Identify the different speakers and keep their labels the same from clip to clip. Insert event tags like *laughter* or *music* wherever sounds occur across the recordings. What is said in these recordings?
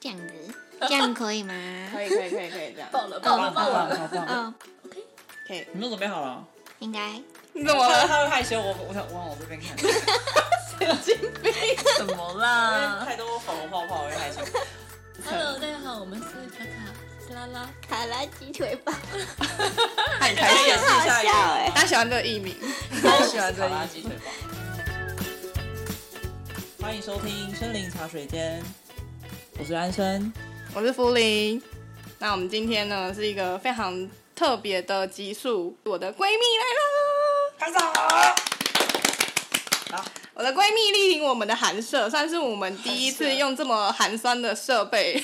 Speaker 1: 这样子，这样可以吗？
Speaker 2: 可以可以可以可以这样，
Speaker 3: 爆了爆了爆
Speaker 4: 棒
Speaker 3: 了！
Speaker 4: 好棒！
Speaker 1: 哦，
Speaker 2: 可以。
Speaker 4: 你们都准备好了？
Speaker 1: 应该
Speaker 2: 你怎么
Speaker 4: 他
Speaker 2: 了？
Speaker 4: 他会害羞，我我想往我这边看，
Speaker 3: 怎么
Speaker 2: 嗯
Speaker 4: 因为
Speaker 3: 啦
Speaker 4: 太多粉红泡泡我
Speaker 2: *laughs*
Speaker 4: 会害羞。
Speaker 3: ？Hello，大家好，我们是卡卡是拉拉，
Speaker 1: 卡拉鸡腿堡，
Speaker 2: 很开
Speaker 4: 还
Speaker 2: 心
Speaker 4: 演。示一下
Speaker 1: 很好笑
Speaker 4: *laughs* 耶
Speaker 1: 哎
Speaker 2: 大家喜欢这个艺名，大家喜欢这个
Speaker 4: 好
Speaker 2: 艺
Speaker 4: 啦
Speaker 2: 名。
Speaker 4: 鸡腿堡。欢迎收听森林茶水间，我是安生。
Speaker 2: 我是福林。那我们今天呢是一个非常特别的集数，我的闺蜜来了。
Speaker 4: 开始好。
Speaker 2: 我的闺蜜莅临我们的寒舍，算是我们第一次用这么寒酸的设备，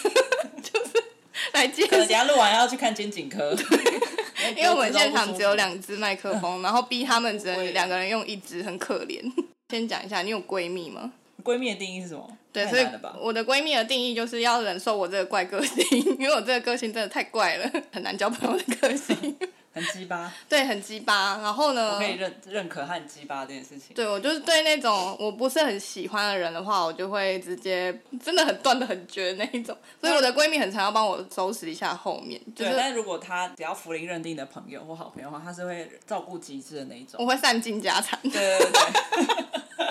Speaker 2: 就是来介
Speaker 4: 可能等一
Speaker 2: 绍。
Speaker 4: 下录完要去看肩颈科，
Speaker 2: *laughs* 因为我们现场只有两只麦克风，然后逼他们只能两个人用一支，很可怜。先讲一下，你有闺蜜吗？
Speaker 4: *laughs* 闺蜜的定义是什么？
Speaker 2: 对，
Speaker 4: 太
Speaker 2: 所以
Speaker 4: 难了吧？
Speaker 2: 我的闺蜜的定义就是要忍受我这个怪个性， *laughs* 因为我这个个性真的太怪了，很难交朋友的个性。 *laughs*
Speaker 4: 很鸡巴，
Speaker 2: 对，很鸡巴。然后呢？
Speaker 4: 我可以认认可和鸡巴这件事情。
Speaker 2: 呃对，我就是对那种我不是很喜欢的人的话，我就会直接真的很断的很绝那一种。所以我的闺蜜很常要帮我收拾一下后面，就
Speaker 4: 对，
Speaker 2: 是
Speaker 4: 但如果他只要福林认定的朋友或好朋友的话，他是会照顾极致的那一
Speaker 2: 我
Speaker 4: 种。
Speaker 2: 会散尽家产。
Speaker 4: 对对对， *laughs*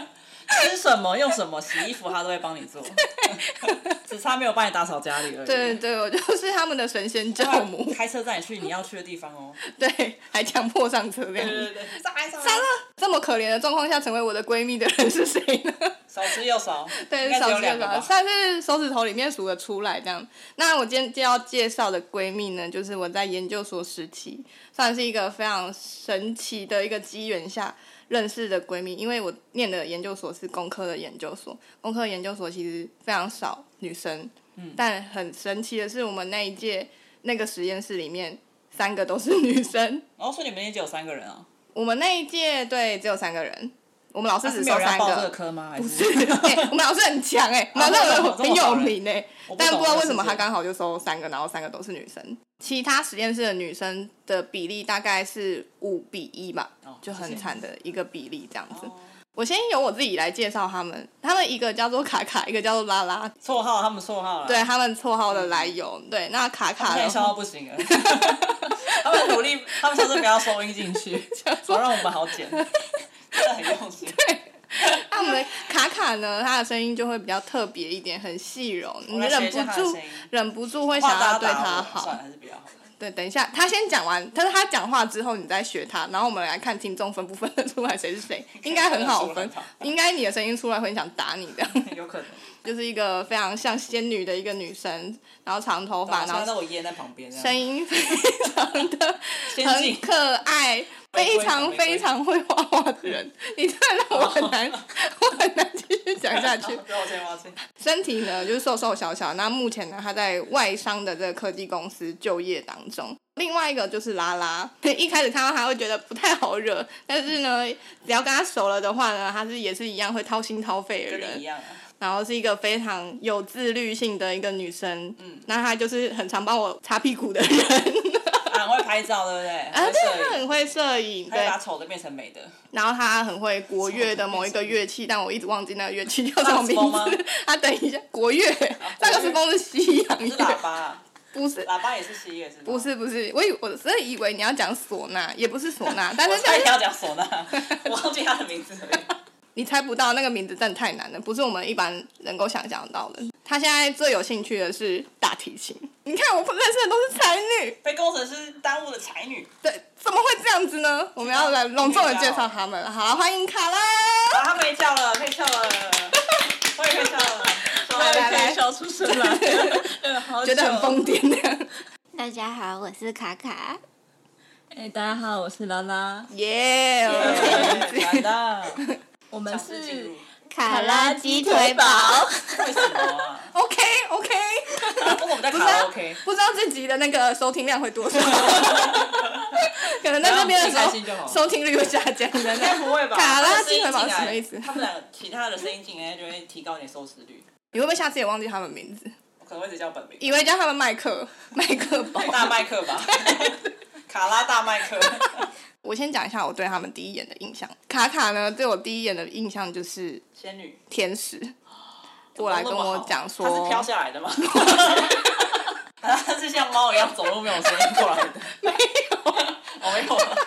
Speaker 4: 吃什么用什么，洗衣服他都会帮你做，只差没有帮你打扫家里而已。
Speaker 2: 对对对，我就是他们的神仙
Speaker 4: 他
Speaker 2: 教
Speaker 4: 会
Speaker 2: 母，
Speaker 4: 开车载你去你要去的地方哦。嗯
Speaker 2: 对，还强迫上车这样子。
Speaker 4: 对，上来上
Speaker 2: 糟了，这么可怜的状况下成为我的闺蜜的人是谁呢？
Speaker 4: 少之又少，应
Speaker 2: 对，
Speaker 4: 该只
Speaker 2: 手
Speaker 4: 有
Speaker 2: 指
Speaker 4: 两
Speaker 2: 头
Speaker 4: 个吧。
Speaker 2: 算是手指头里面数得出来这样。那我今天就要介绍的闺蜜呢，就是我在研究所时期，算是一个非常神奇的一个机缘下认识的闺蜜。因为我念的研究所是工科的研究所，工科研究所其实非常少女生，嗯，但很神奇的是，我们那一届那个实验室里面三个都是女生。
Speaker 4: 然后所以你们也只有三个人啊？
Speaker 2: 我们那一届对只有三个人，我们老师
Speaker 4: 那
Speaker 2: 只
Speaker 4: 啊是没有
Speaker 2: 收
Speaker 4: 人要
Speaker 2: 三
Speaker 4: 报这
Speaker 2: 个
Speaker 4: 个。科吗？还
Speaker 2: 不 *laughs*
Speaker 4: 是
Speaker 2: 是，欸我们老师很强哎、我
Speaker 4: 啊
Speaker 2: 们老师
Speaker 4: 这么
Speaker 2: 很
Speaker 4: 这
Speaker 2: 很
Speaker 4: 么
Speaker 2: 有
Speaker 4: 好人
Speaker 2: 名哎、
Speaker 4: 我不
Speaker 2: 但
Speaker 4: 懂
Speaker 2: 不知道为什么
Speaker 4: 这
Speaker 2: 他
Speaker 4: 个世界
Speaker 2: 刚好就收三个，然后三个都是女生。其他实验室的女生的比例大概是五比一吧，
Speaker 4: 哦
Speaker 2: 就
Speaker 4: 谢
Speaker 2: 很
Speaker 4: 谢
Speaker 2: 惨的一个比例这样子。
Speaker 4: 哦
Speaker 2: 我先由我自己来介绍他们，他们一个叫做卡卡，一个叫做拉拉，
Speaker 4: 绰号，他哦们绰号了。
Speaker 2: 对他们绰号的来由。对，那卡
Speaker 4: 他
Speaker 2: 卡
Speaker 4: 们现在
Speaker 2: 的
Speaker 4: 笑
Speaker 2: 话
Speaker 4: 到不行了， *laughs* 他们努力，他们下次不要收音进
Speaker 2: *laughs*
Speaker 4: 去，好让我们好剪，真的很用心。
Speaker 2: 那我们的卡卡呢，她的声音就会比较特别一点，很细柔，你
Speaker 4: 我来学
Speaker 2: 忍
Speaker 4: 一下
Speaker 2: 不
Speaker 4: 他的
Speaker 2: 住
Speaker 4: 声音
Speaker 2: 忍不住会
Speaker 4: 话
Speaker 2: 想要
Speaker 4: 大家
Speaker 2: 对
Speaker 4: 打
Speaker 2: 她
Speaker 4: 我
Speaker 2: 好
Speaker 4: 算。了，还是比较好。
Speaker 2: 对，等一下，他先讲完，但是他讲话之后，你再学他，然后我们来看听众分不分得出来谁是
Speaker 4: *laughs*
Speaker 2: 谁，应该很好分，应该你的声音出来会很想打你的，
Speaker 4: *laughs*
Speaker 2: *laughs*
Speaker 4: 有可能。
Speaker 2: 就是一个非常像仙女的一个女生，然后长头发，
Speaker 4: 然后
Speaker 2: 然
Speaker 4: 啊在
Speaker 2: 后
Speaker 4: 我爷爷在旁边，
Speaker 2: 声音非常的
Speaker 4: 先
Speaker 2: 很
Speaker 4: 进
Speaker 2: 可爱，
Speaker 4: 玫
Speaker 2: 非
Speaker 4: 瑰
Speaker 2: 常
Speaker 4: 玫瑰
Speaker 2: 非常会画画的人，你真的让我很难， *laughs* 我很难继续讲下去。
Speaker 4: *laughs* 抱歉
Speaker 2: *laughs*
Speaker 4: 抱歉。
Speaker 2: 身体呢就是瘦瘦小小，那目前呢他在外商的这个科技公司就业当中。另外一个就是拉拉， *laughs* 一开始看到他会觉得不太好惹，但是呢，只要跟他熟了的话呢，他是也是一样会掏心掏肺的
Speaker 4: 跟你一
Speaker 2: 人，
Speaker 4: 样啊， *laughs*
Speaker 2: 然后是一个非常有自律性的一个女生。
Speaker 4: 嗯，
Speaker 2: 那她就是很常帮我擦屁股的人， *laughs*
Speaker 4: 啊很会拍照，对不对？
Speaker 2: 啊，
Speaker 4: 啊
Speaker 2: 对，她很会摄影，
Speaker 4: 他会
Speaker 2: 对，
Speaker 4: 把丑的变
Speaker 2: *laughs*
Speaker 4: 成美的，啊
Speaker 2: 然后她很会国乐的某一个乐器，但我一直忘记那个乐器叫什么
Speaker 4: 萨克斯风
Speaker 2: 名 *laughs* 字。啊，等一下，国乐，
Speaker 4: 国
Speaker 2: 萨
Speaker 4: 乐
Speaker 2: 克斯风是西洋
Speaker 4: 不是
Speaker 2: 乐，
Speaker 4: 喇叭啊，
Speaker 2: 不是，
Speaker 4: 喇叭也是西乐是吗？
Speaker 2: 不，是，不是，我以我真的以为你要讲唢呐，也不是唢 *laughs* 呐，但
Speaker 4: 我
Speaker 2: 是
Speaker 4: 差点
Speaker 2: 就是
Speaker 4: 要讲唢呐， *laughs* 我忘记他的名字了。
Speaker 2: 你猜不到那个名字，真的太难了，不是我们一般能够想象到的。他现在最有兴趣的是大提琴，你看我不认识的都是才女，
Speaker 4: 被工程师耽误了才女。
Speaker 2: 对，怎么会这样子呢？我们要来隆重的介绍他们，好，欢迎卡拉，
Speaker 4: 啊，他可以叫了，可以
Speaker 2: *laughs*
Speaker 4: 叫了，我也可以叫了。
Speaker 2: 来 *laughs* 来来
Speaker 3: 可以笑出声来，嗯，好久
Speaker 2: 觉得很。疯癫的，
Speaker 1: 大家好，我是卡卡，
Speaker 3: 哎，大家好，我是拉拉，
Speaker 2: 耶、
Speaker 4: 真的？ *laughs*
Speaker 3: 我们
Speaker 4: 强制进
Speaker 3: 是
Speaker 4: 入。
Speaker 1: 卡
Speaker 3: 拉
Speaker 1: 拉
Speaker 3: 鸡
Speaker 1: 鸡
Speaker 3: 腿
Speaker 1: 腿
Speaker 3: 堡
Speaker 1: 堡。
Speaker 4: 为什么啊？
Speaker 2: o k OK，
Speaker 4: 不过我们在
Speaker 2: 不
Speaker 4: 卡
Speaker 2: 是啊
Speaker 4: 拉 OK，
Speaker 2: 不知道这集的那个收听量会多少，
Speaker 4: *laughs*
Speaker 2: 可能在这边的时
Speaker 4: 然后自己开心就好
Speaker 2: 候收听率会下降的。
Speaker 4: 应该不会吧？
Speaker 2: 卡拉
Speaker 4: 他的声音
Speaker 2: 鸡腿堡
Speaker 4: 进来
Speaker 2: 什么意思
Speaker 4: 他们俩其他的声音进来就会提高你的收视率。
Speaker 2: 你会不会下次也忘记他们名字？
Speaker 4: 我可能会只叫本名，
Speaker 2: 以为叫他们麦克 *laughs* 麦克宝。
Speaker 4: 大麦克吧，卡拉大麦克。
Speaker 2: 我先讲一下我对他们第一眼的印象。卡卡呢，对我第一眼的印象就是
Speaker 4: 仙女，
Speaker 2: 天使，过来跟我讲说，
Speaker 4: 它是飘下来的吗？它是像猫一样走路没有声音过来的？
Speaker 2: 没有，
Speaker 4: 哦，没有啊，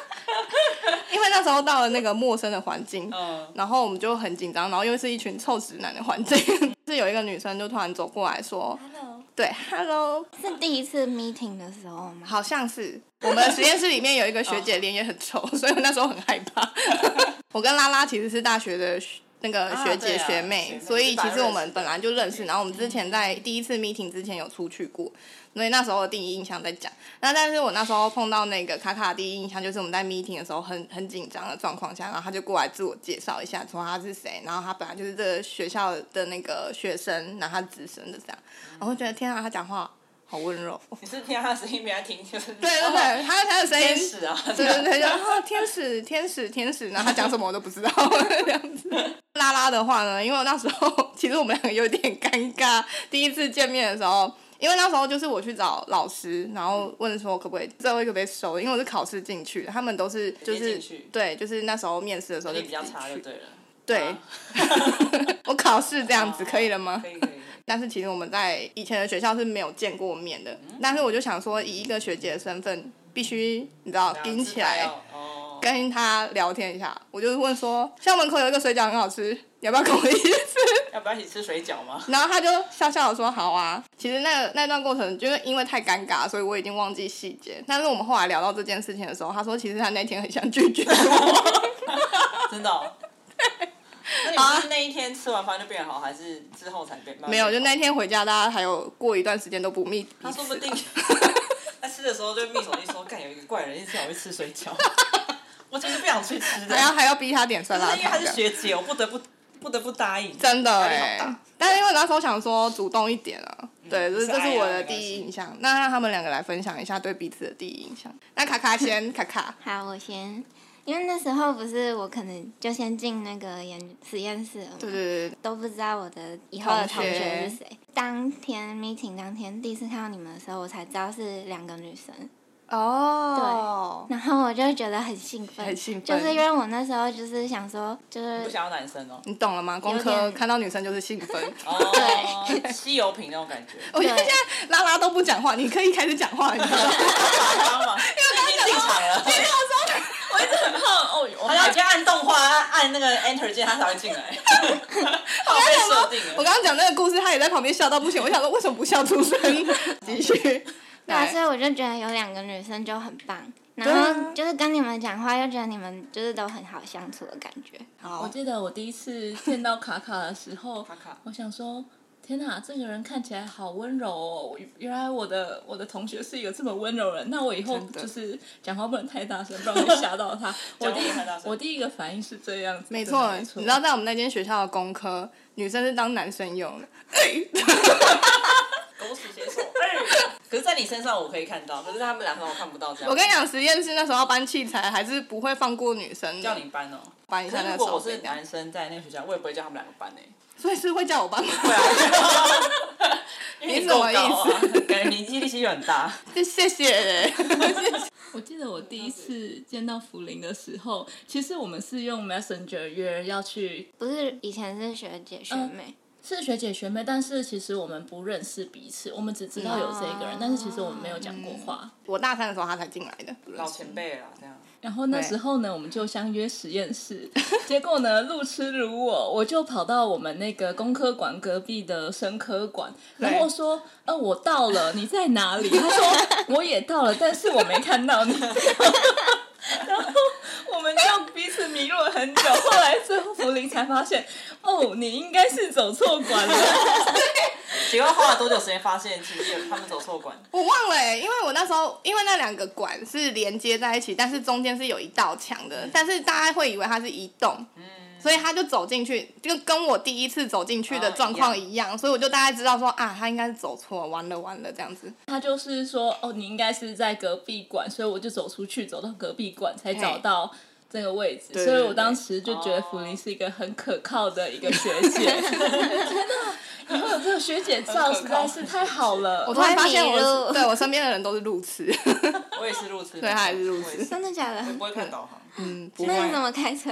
Speaker 2: 因为那时候到了那个陌生的环境，
Speaker 4: 嗯，
Speaker 2: 然后我们就很紧张，然后又是一群臭直男的环境， *laughs* 是有一个女生就突然走过来说
Speaker 1: Hello，：“
Speaker 2: 对，Hello，
Speaker 1: 是第一次 meeting 的时候吗？
Speaker 2: 好像是我们的实验室里面有一个学
Speaker 4: 哦
Speaker 2: 姐脸也很臭，所以我那时候很害怕。 *laughs* 我跟拉拉其实是大学的学那个
Speaker 4: 啊
Speaker 2: 学姐
Speaker 4: 对啊
Speaker 2: 学
Speaker 4: 学
Speaker 2: 妹
Speaker 4: 妹，
Speaker 2: 所以其实我们
Speaker 4: 是
Speaker 2: 本来就认识，然后我们之
Speaker 4: 嗯
Speaker 2: 前在第一次 meeting 之前有出去过，所以那时候的第一印象在讲。那但是我那时候碰到那个卡卡的第一印象就是我们在 meeting 的时候很很紧张的状况下，然后他就过来自我介绍一下，说他是谁，然后他本来就是这个学校的那个学生，然后他直升的这样，然后觉得天啊，他讲话好温柔。哦
Speaker 4: 你是听到它的声音没在听，就是
Speaker 2: 对对对，他他的声
Speaker 4: 天
Speaker 2: 音
Speaker 4: 使啊，
Speaker 2: 对对对，然后天使天使天使，然后他讲什么我都不知道 *laughs* 这样子。拉拉的话呢，因为那时候其实我们两个有点尴尬，第一次见面的时候。因为那时候就是我去找老师，然后问说可不可以最后一个被收，因为我是考试进去的，他们都是就
Speaker 4: 直接
Speaker 2: 是
Speaker 4: 进去
Speaker 2: 对，就是那时候面试的时候
Speaker 4: 能
Speaker 2: 就
Speaker 4: 力比较差
Speaker 2: 自
Speaker 4: 就
Speaker 2: 己去
Speaker 4: 对了。哦
Speaker 2: 对
Speaker 4: 啊，
Speaker 2: *laughs* 我考试这样子可以了吗
Speaker 4: 可？以可以。
Speaker 2: 但是其实我们在以前的学校是没有见过面的，但是我就想说，以一个学姐的身份，必须你知道
Speaker 4: 可以
Speaker 2: 盯起来，
Speaker 4: 啊哦，
Speaker 2: 跟他聊天一下。我就问说，校门口有一个水饺很好吃，你要不要跟我一起吃？ *laughs*
Speaker 4: 要不要一起吃水饺吗？
Speaker 2: 然后他就笑笑的说好啊。其实那那段过程，就是因为太尴尬，所以我已经忘记细节。但是我们后来聊到这件事情的时候，他说其实他那天很想拒绝我， *laughs*
Speaker 4: 真的 *laughs* 哦。啊那你们是那一天吃完饭就变好，还是之后才变？慢慢
Speaker 2: 没有，就
Speaker 4: 变好
Speaker 2: 那天回家，大家还有过一段时间都不密彼此
Speaker 4: 他
Speaker 2: 啊。
Speaker 4: 说不定
Speaker 2: *laughs*
Speaker 4: 在吃的时候就密手机说，干有一个怪人一直要我去吃水
Speaker 2: *laughs*
Speaker 4: 饺，我就是不想去吃的。
Speaker 2: 还要还要逼他点酸
Speaker 4: 但
Speaker 2: 辣
Speaker 4: 是
Speaker 2: 汤
Speaker 4: 因
Speaker 2: 这
Speaker 4: 为
Speaker 2: 样。
Speaker 4: 她是学姐，我不得不不得不答应。
Speaker 2: 真的
Speaker 4: 压力好
Speaker 2: 哎、
Speaker 4: 大
Speaker 2: 但是因为那时候想说主动一点啊，对，这
Speaker 4: 是
Speaker 2: 这是
Speaker 4: 爱啊
Speaker 2: 我
Speaker 4: 没
Speaker 2: 的
Speaker 4: 关
Speaker 2: 第
Speaker 4: 系
Speaker 2: 一印象。那让他们两个来分享一下对彼此的第一印象。那卡卡先，卡卡，
Speaker 1: 好，我先，因为那时候不是我可能就先进那个研实验室了嘛，
Speaker 2: 对对对，
Speaker 1: 都不知道我的以后的
Speaker 2: 同
Speaker 1: 同
Speaker 2: 学
Speaker 1: 学是谁。当天 meeting 当天第一次看到你们的时候，我才知道是两个女生，
Speaker 2: 哦，
Speaker 1: 然后我就觉得很兴奋，
Speaker 2: 很兴奋
Speaker 1: 就是因为我那时候就是想说，就是
Speaker 4: 不想要男生哦。
Speaker 2: 你懂了吗？工
Speaker 1: 有
Speaker 2: 科
Speaker 1: 点
Speaker 2: 看到女生就是兴
Speaker 4: *laughs*
Speaker 2: 奋。
Speaker 4: 哦，稀有品那种
Speaker 2: *laughs*
Speaker 4: 感觉，
Speaker 2: 我觉得现在拉拉都不讲话，你可以开始讲话，你知道吗？
Speaker 4: *laughs* 刚嘛，已经进场
Speaker 2: *laughs*
Speaker 4: 了。
Speaker 3: 哦，我
Speaker 4: 好像你去按动画，按那个 Enter 键，他才会进
Speaker 2: *laughs*
Speaker 4: 来。好被设定
Speaker 2: 我刚
Speaker 4: 了。
Speaker 2: 刚讲那个故事，他也在旁边笑到不行。我想说，为什么不笑出 *laughs* 声？继续。
Speaker 1: 对啊，所
Speaker 2: 来，
Speaker 1: 以我就觉得有两个女生就很棒，
Speaker 2: 对啊
Speaker 1: 然后就是跟你们讲话，又觉得你们就是都很好相处的感觉。
Speaker 2: 好
Speaker 4: 啊哦
Speaker 3: 我，记得我第一次见到卡卡的时候，
Speaker 4: 卡卡
Speaker 3: 我想说，天哪，这个人看起来好温柔哦！原来我的我的同学是一个这么温柔的人，那我以后
Speaker 2: 真的
Speaker 3: 就是讲话不能太大声，不然会吓到他。我第
Speaker 4: 讲
Speaker 3: 一
Speaker 4: 话太大声
Speaker 3: 我第一个反应是这样子，
Speaker 2: 没
Speaker 3: 真的
Speaker 2: 错，
Speaker 3: 没错，
Speaker 2: 你知道在我们那间学校的工科，女生是当男生用
Speaker 4: *laughs*
Speaker 2: 的。
Speaker 4: 狗屎写手。哎 *laughs* 可是，在你身上我可以看到，可是他们两个我看不到。这样，
Speaker 2: 我跟你讲，实验室那时候搬器材还是不会放过女生的，
Speaker 4: 叫你搬哦。
Speaker 2: 搬一
Speaker 4: 可
Speaker 2: 下
Speaker 4: 是
Speaker 2: 那
Speaker 4: 如
Speaker 2: 个
Speaker 4: 果
Speaker 2: 手
Speaker 4: 我
Speaker 2: 背
Speaker 4: 是
Speaker 2: 这样
Speaker 4: 男生在那个学校，我也不会叫他们两个搬
Speaker 2: *laughs*
Speaker 4: 欸诶。
Speaker 2: 所以是会叫我搬吗？
Speaker 4: 对啊，因为
Speaker 2: 你什
Speaker 4: 够
Speaker 2: 么意
Speaker 4: 高啊
Speaker 2: 思？，
Speaker 4: 感觉你记忆力其实很大。
Speaker 2: 谢谢嘞。
Speaker 3: 我记得我第一次见到福林的时候，其实我们是用 Messenger 约要去，
Speaker 1: 不是以前是学姐学妹，
Speaker 3: 是学姐学妹，但是其实我们不认识彼此，我们只知道有这一个人，
Speaker 1: 嗯
Speaker 3: 但是其实我们没有讲过话。
Speaker 2: 我大三的时候他才进来的，
Speaker 4: 老前辈了，这样。
Speaker 3: 然后那时候呢，我们就相约实验室， *laughs* 结果呢，路痴如我，我就跑到我们那个工科馆隔壁的生科馆，
Speaker 2: 对
Speaker 3: 然后说：“呃，我到了，你在哪里？”他说：“我也到了，但是我没看到你。”然后我们就彼此迷路了很久，后来最后福林才发现，哦，你应该是走错馆了。
Speaker 4: 结果花了多久时间发现，其实他们走错馆？
Speaker 2: 我忘了欸，因为我那时候因为那两个馆是连接在一起，但是中间是有一道墙
Speaker 4: 嗯
Speaker 2: 的，但是大家会以为它是一栋。所以他就走进去，就跟我第一次走进去的
Speaker 4: 哦
Speaker 2: 状况
Speaker 4: 一样
Speaker 2: 一样，所以我就大概知道说啊，他应该是走错了，完了完了这样子。
Speaker 3: 他就是说，哦，你应该是在隔壁馆，所以我就走出去，走到隔壁馆才找到这个位置。
Speaker 2: 对
Speaker 3: 所以
Speaker 2: 对
Speaker 3: 我
Speaker 2: 对哦
Speaker 3: 当时就觉得福林是一个很可靠的一个学姐。 *laughs* 天哪，以后有这个学姐照
Speaker 4: 很
Speaker 3: 实
Speaker 4: 可靠
Speaker 3: 在是太好了。
Speaker 2: 我
Speaker 3: 我
Speaker 2: 突然发现
Speaker 1: 我会迷
Speaker 2: 我，
Speaker 1: 路
Speaker 2: 对我身边的人都是路痴，
Speaker 4: 我也是路痴，
Speaker 2: 对他也是路痴
Speaker 4: 我也是
Speaker 1: 真的假的？
Speaker 4: 不会
Speaker 2: *laughs*
Speaker 4: 看导航。
Speaker 2: 嗯，不会。
Speaker 1: 那你怎么开车？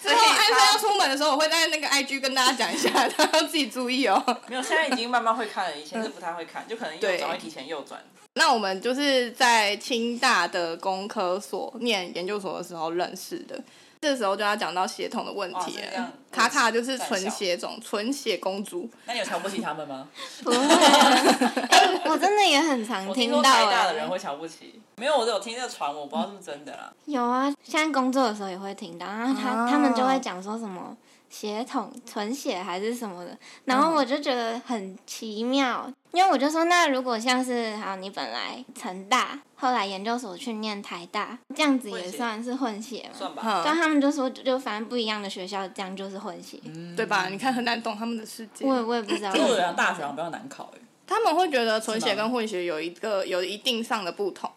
Speaker 2: 之后男生啊要出门的时候，我会在那个 IG 跟大家讲一下， *laughs* 大家要自己注意哦。
Speaker 4: 没有，现在已经慢慢会看了，以前是不太会看，就可能右
Speaker 2: 对
Speaker 4: 转会提前右
Speaker 2: *laughs*
Speaker 4: 转。
Speaker 2: 那我们就是在清大的工科所念研究所的时候认识的，这时候就要讲到血统的问
Speaker 4: 哇
Speaker 2: 题
Speaker 4: 是这
Speaker 2: 了
Speaker 4: 样。
Speaker 2: 卡卡就是
Speaker 4: 在
Speaker 2: 纯
Speaker 4: 校
Speaker 2: 血种，纯血公主。
Speaker 4: 那你有瞧不起他
Speaker 2: *laughs*
Speaker 4: 们吗？
Speaker 1: 不会， *laughs* 哎，我真的也很常
Speaker 4: 我听
Speaker 1: 听
Speaker 4: 说
Speaker 1: 到
Speaker 4: 台大的人
Speaker 2: 欸
Speaker 1: 哎。
Speaker 4: 会瞧不起，没有，我有听这个传闻，我不知道是不是真的啦。
Speaker 1: 有啊，现在工作的时候也会听到，然后他、
Speaker 2: 哦
Speaker 1: 他们就会讲说什么血统纯血还是什么的，然后我就觉得很奇妙，因为我就说那如果像是好你本来成大，后来研究所去念台大，这样子
Speaker 4: 混
Speaker 1: 也
Speaker 4: 血
Speaker 1: 算是混血嘛？
Speaker 4: 算吧，
Speaker 1: 但
Speaker 2: 嗯，
Speaker 1: 他们就说就就反正不一样的学校这样就是混血，
Speaker 4: 嗯
Speaker 2: 对吧？你看很难懂他们的世界。
Speaker 1: 我也我也不知道为
Speaker 4: 因
Speaker 1: 什
Speaker 4: 为我
Speaker 1: 么
Speaker 4: 觉得大学好像比较难考诶，欸
Speaker 2: 他们会觉得纯血
Speaker 4: 是吗
Speaker 2: 跟混血有一个有一定上的不同，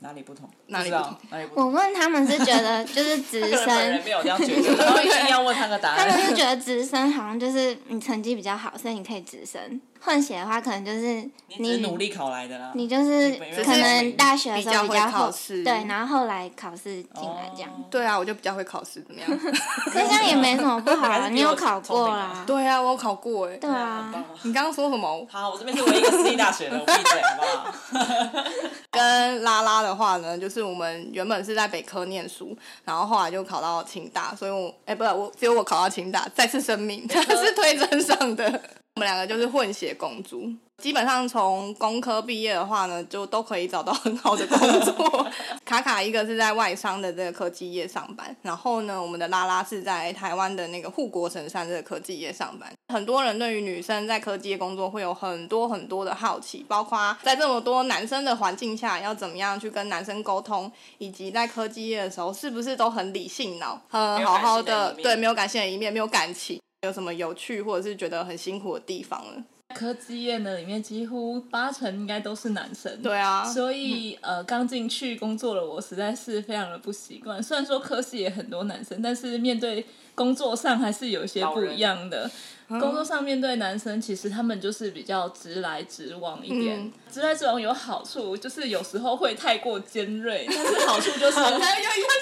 Speaker 4: 哪里不同？
Speaker 2: 哪里
Speaker 4: 不
Speaker 2: 不
Speaker 4: 知
Speaker 2: 同
Speaker 4: 道？哪里不
Speaker 1: 我
Speaker 4: 同？
Speaker 1: 问他们是觉得就是直
Speaker 4: *laughs* 个人本人
Speaker 1: 升，
Speaker 4: 没有这样觉得，然后一定要问 *laughs* 他个答
Speaker 1: 他们
Speaker 4: 案。
Speaker 1: 是觉得直升好像就是你成绩比较好，所以你可以直升。混血的话，可能就是
Speaker 4: 你只是
Speaker 1: 你
Speaker 4: 努力考来的啦。
Speaker 1: 你就是
Speaker 4: 只是
Speaker 1: 可能大学的时候
Speaker 2: 比较会
Speaker 1: 较
Speaker 2: 考
Speaker 1: 后
Speaker 2: 试
Speaker 1: 对，然后后来考试进来这样。
Speaker 4: 哦
Speaker 2: 对啊，我就比较会考试，怎么样？
Speaker 1: *laughs* 可是这样也没什么不好
Speaker 4: 还
Speaker 1: 啊，
Speaker 4: 是比
Speaker 1: 你有
Speaker 4: 我
Speaker 1: 考
Speaker 4: 聪
Speaker 1: 过
Speaker 4: 明
Speaker 1: 啦
Speaker 4: 啊，
Speaker 2: 对啊，我有考过哎、
Speaker 1: 对
Speaker 4: 很
Speaker 1: 啊
Speaker 4: 棒。啊
Speaker 2: 你刚刚说什么？
Speaker 4: 好，我这边是唯一一个私立大学的，我闭嘴
Speaker 2: *laughs*
Speaker 4: 好不好？
Speaker 2: 跟拉拉的话呢，就是我们原本是在北科念书，然后后来就考到清大，所以我哎、不是我只有我考到清大，再次声明， *laughs* 他是推甄上的。我们两个就是混血公主，基本上从工科毕业的话呢，就都可以找到很好的工 *laughs* 作。卡卡一个是在外商的这个科技业上班，然后呢，我们的拉拉是在台湾的那个护国神山这个科技业上班。很多人对于女生在科技业工作会有很多很多的好奇，包括在这么多男生的环境下，要怎么样去跟男生沟通，以及在科技业的时候是不是都很理性脑，很好好的，
Speaker 4: 没有感性的一
Speaker 2: 对，没有感性的一面，
Speaker 4: 面
Speaker 2: 没有感情。有什么有趣或者是觉得很辛苦的地方呢？
Speaker 3: 科技业呢，里面几乎八成应该都是男生。
Speaker 2: 对啊，
Speaker 3: 所以、呃，刚进去工作了，我实在是非常的不习惯。虽然说科系也很多男生，但是面对工作上还是有一些不一样的。
Speaker 2: 嗯
Speaker 3: 工作上面对男生，其实他们就是比较直来直往一点。
Speaker 2: 嗯
Speaker 3: 直来直往有好处，就是有时候会太过尖
Speaker 2: *laughs*
Speaker 3: 锐，但是好处就是
Speaker 2: 又又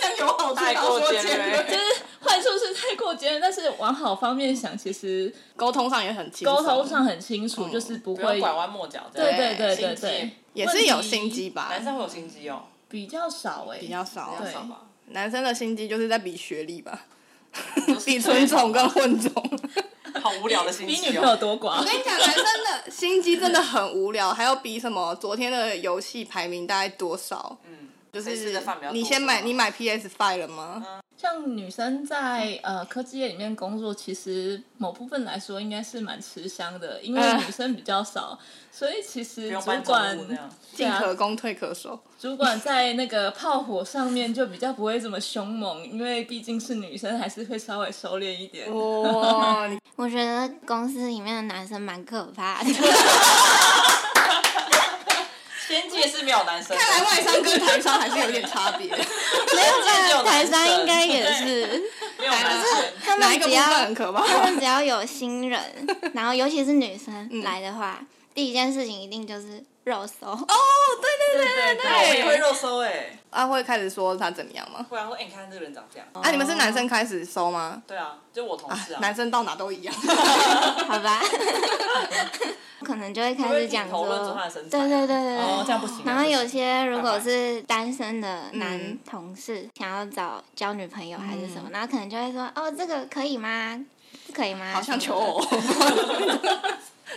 Speaker 2: 讲有好
Speaker 4: 太过尖锐，
Speaker 3: 坏处是太过尖锐，但是往好方面想，其实
Speaker 2: 沟通上也很轻松
Speaker 3: 沟通上很清
Speaker 2: 嗯
Speaker 3: 楚，就是不
Speaker 4: 不要
Speaker 3: 会
Speaker 4: 拐弯抹角。
Speaker 3: 对对对对
Speaker 4: 心机
Speaker 3: 对，
Speaker 2: 也是有心机吧，
Speaker 4: 男生会有心机哦，
Speaker 3: 比较少哎、
Speaker 2: 比较少
Speaker 4: 比
Speaker 2: 啊，
Speaker 4: 较少
Speaker 2: *laughs*
Speaker 4: 吧？
Speaker 2: 男生的心机就是在比学历 *laughs* 吧，
Speaker 4: 都是
Speaker 2: 比纯种跟混种。我
Speaker 4: 好无聊的心
Speaker 3: 比
Speaker 4: 机
Speaker 3: 女朋友
Speaker 4: 哦。
Speaker 3: 多寡。
Speaker 2: 跟你讲，男生的心机真的很无聊，还要比什么昨天的游戏排名大概多少？
Speaker 4: 嗯，
Speaker 2: *laughs* 就
Speaker 4: 谁吃
Speaker 2: 是
Speaker 4: 的饭比较多
Speaker 2: 你先买，你
Speaker 4: 是吧嗯
Speaker 2: 买 PS Five 了吗？
Speaker 3: 像女生在
Speaker 2: 嗯
Speaker 3: 呃科技业里面工作，其实某部分来说应该是蛮吃香的，因为
Speaker 2: 嗯
Speaker 3: 女生比较少，所以其
Speaker 4: 不
Speaker 3: 实
Speaker 4: 用
Speaker 3: 主
Speaker 4: 搬重
Speaker 3: 管
Speaker 4: 物那样。
Speaker 3: 对
Speaker 2: 进
Speaker 3: 啊，
Speaker 2: 可攻，退可守。
Speaker 3: 主管在那个炮火上面就比较不会这么凶猛，因为毕竟是女生，还是会稍微收敛一
Speaker 2: 啊哦
Speaker 3: 点。
Speaker 2: 哇，你
Speaker 1: 我觉得公司里面的男生蛮可怕
Speaker 4: *laughs*
Speaker 1: 的，
Speaker 4: 仙界是没有男
Speaker 2: *laughs*
Speaker 4: 生的，
Speaker 2: 看来外商跟台商还是有点差 *laughs* 别，
Speaker 1: 没有
Speaker 4: 只有
Speaker 1: 吧？台
Speaker 4: 男
Speaker 1: 商应
Speaker 4: 生
Speaker 1: 该也是，
Speaker 4: *laughs* 没有男生。
Speaker 1: 他
Speaker 2: 哪一
Speaker 1: 们
Speaker 2: 个
Speaker 1: 只
Speaker 2: 部分
Speaker 1: 要
Speaker 2: 很可
Speaker 1: 他
Speaker 2: *laughs* 怕？哦
Speaker 1: 们只要有新人，
Speaker 4: *laughs*
Speaker 1: 然后尤其是女
Speaker 4: 嗯
Speaker 1: 生来的话，第一件事情一定就是肉
Speaker 4: *laughs*
Speaker 1: 搜。哦，
Speaker 4: 对对对我也会肉搜哎，
Speaker 2: 啊，会开始说他怎么样吗？
Speaker 4: 不然会哎你看这个人长这样。
Speaker 2: 啊，你们是男生开始收吗？
Speaker 4: 对啊，就我同事啊，
Speaker 2: 男生到哪都一样。
Speaker 1: *laughs* 好吧，可能就会开始讲
Speaker 4: 会不会一起讨论出
Speaker 1: 说
Speaker 4: 他的身，材
Speaker 1: 对
Speaker 4: 啊
Speaker 1: 对对对。
Speaker 4: 哦这
Speaker 1: 对
Speaker 4: 样不行啊。
Speaker 1: 然后
Speaker 4: 不行
Speaker 1: 有些如果是单身的男
Speaker 2: 嗯
Speaker 1: 同事想要找交女朋友还是
Speaker 4: 嗯
Speaker 1: 什么，然后可能就会说哦，这个可以吗？这可以吗？
Speaker 2: 好像
Speaker 1: 什
Speaker 2: 求
Speaker 1: 么的
Speaker 2: 偶，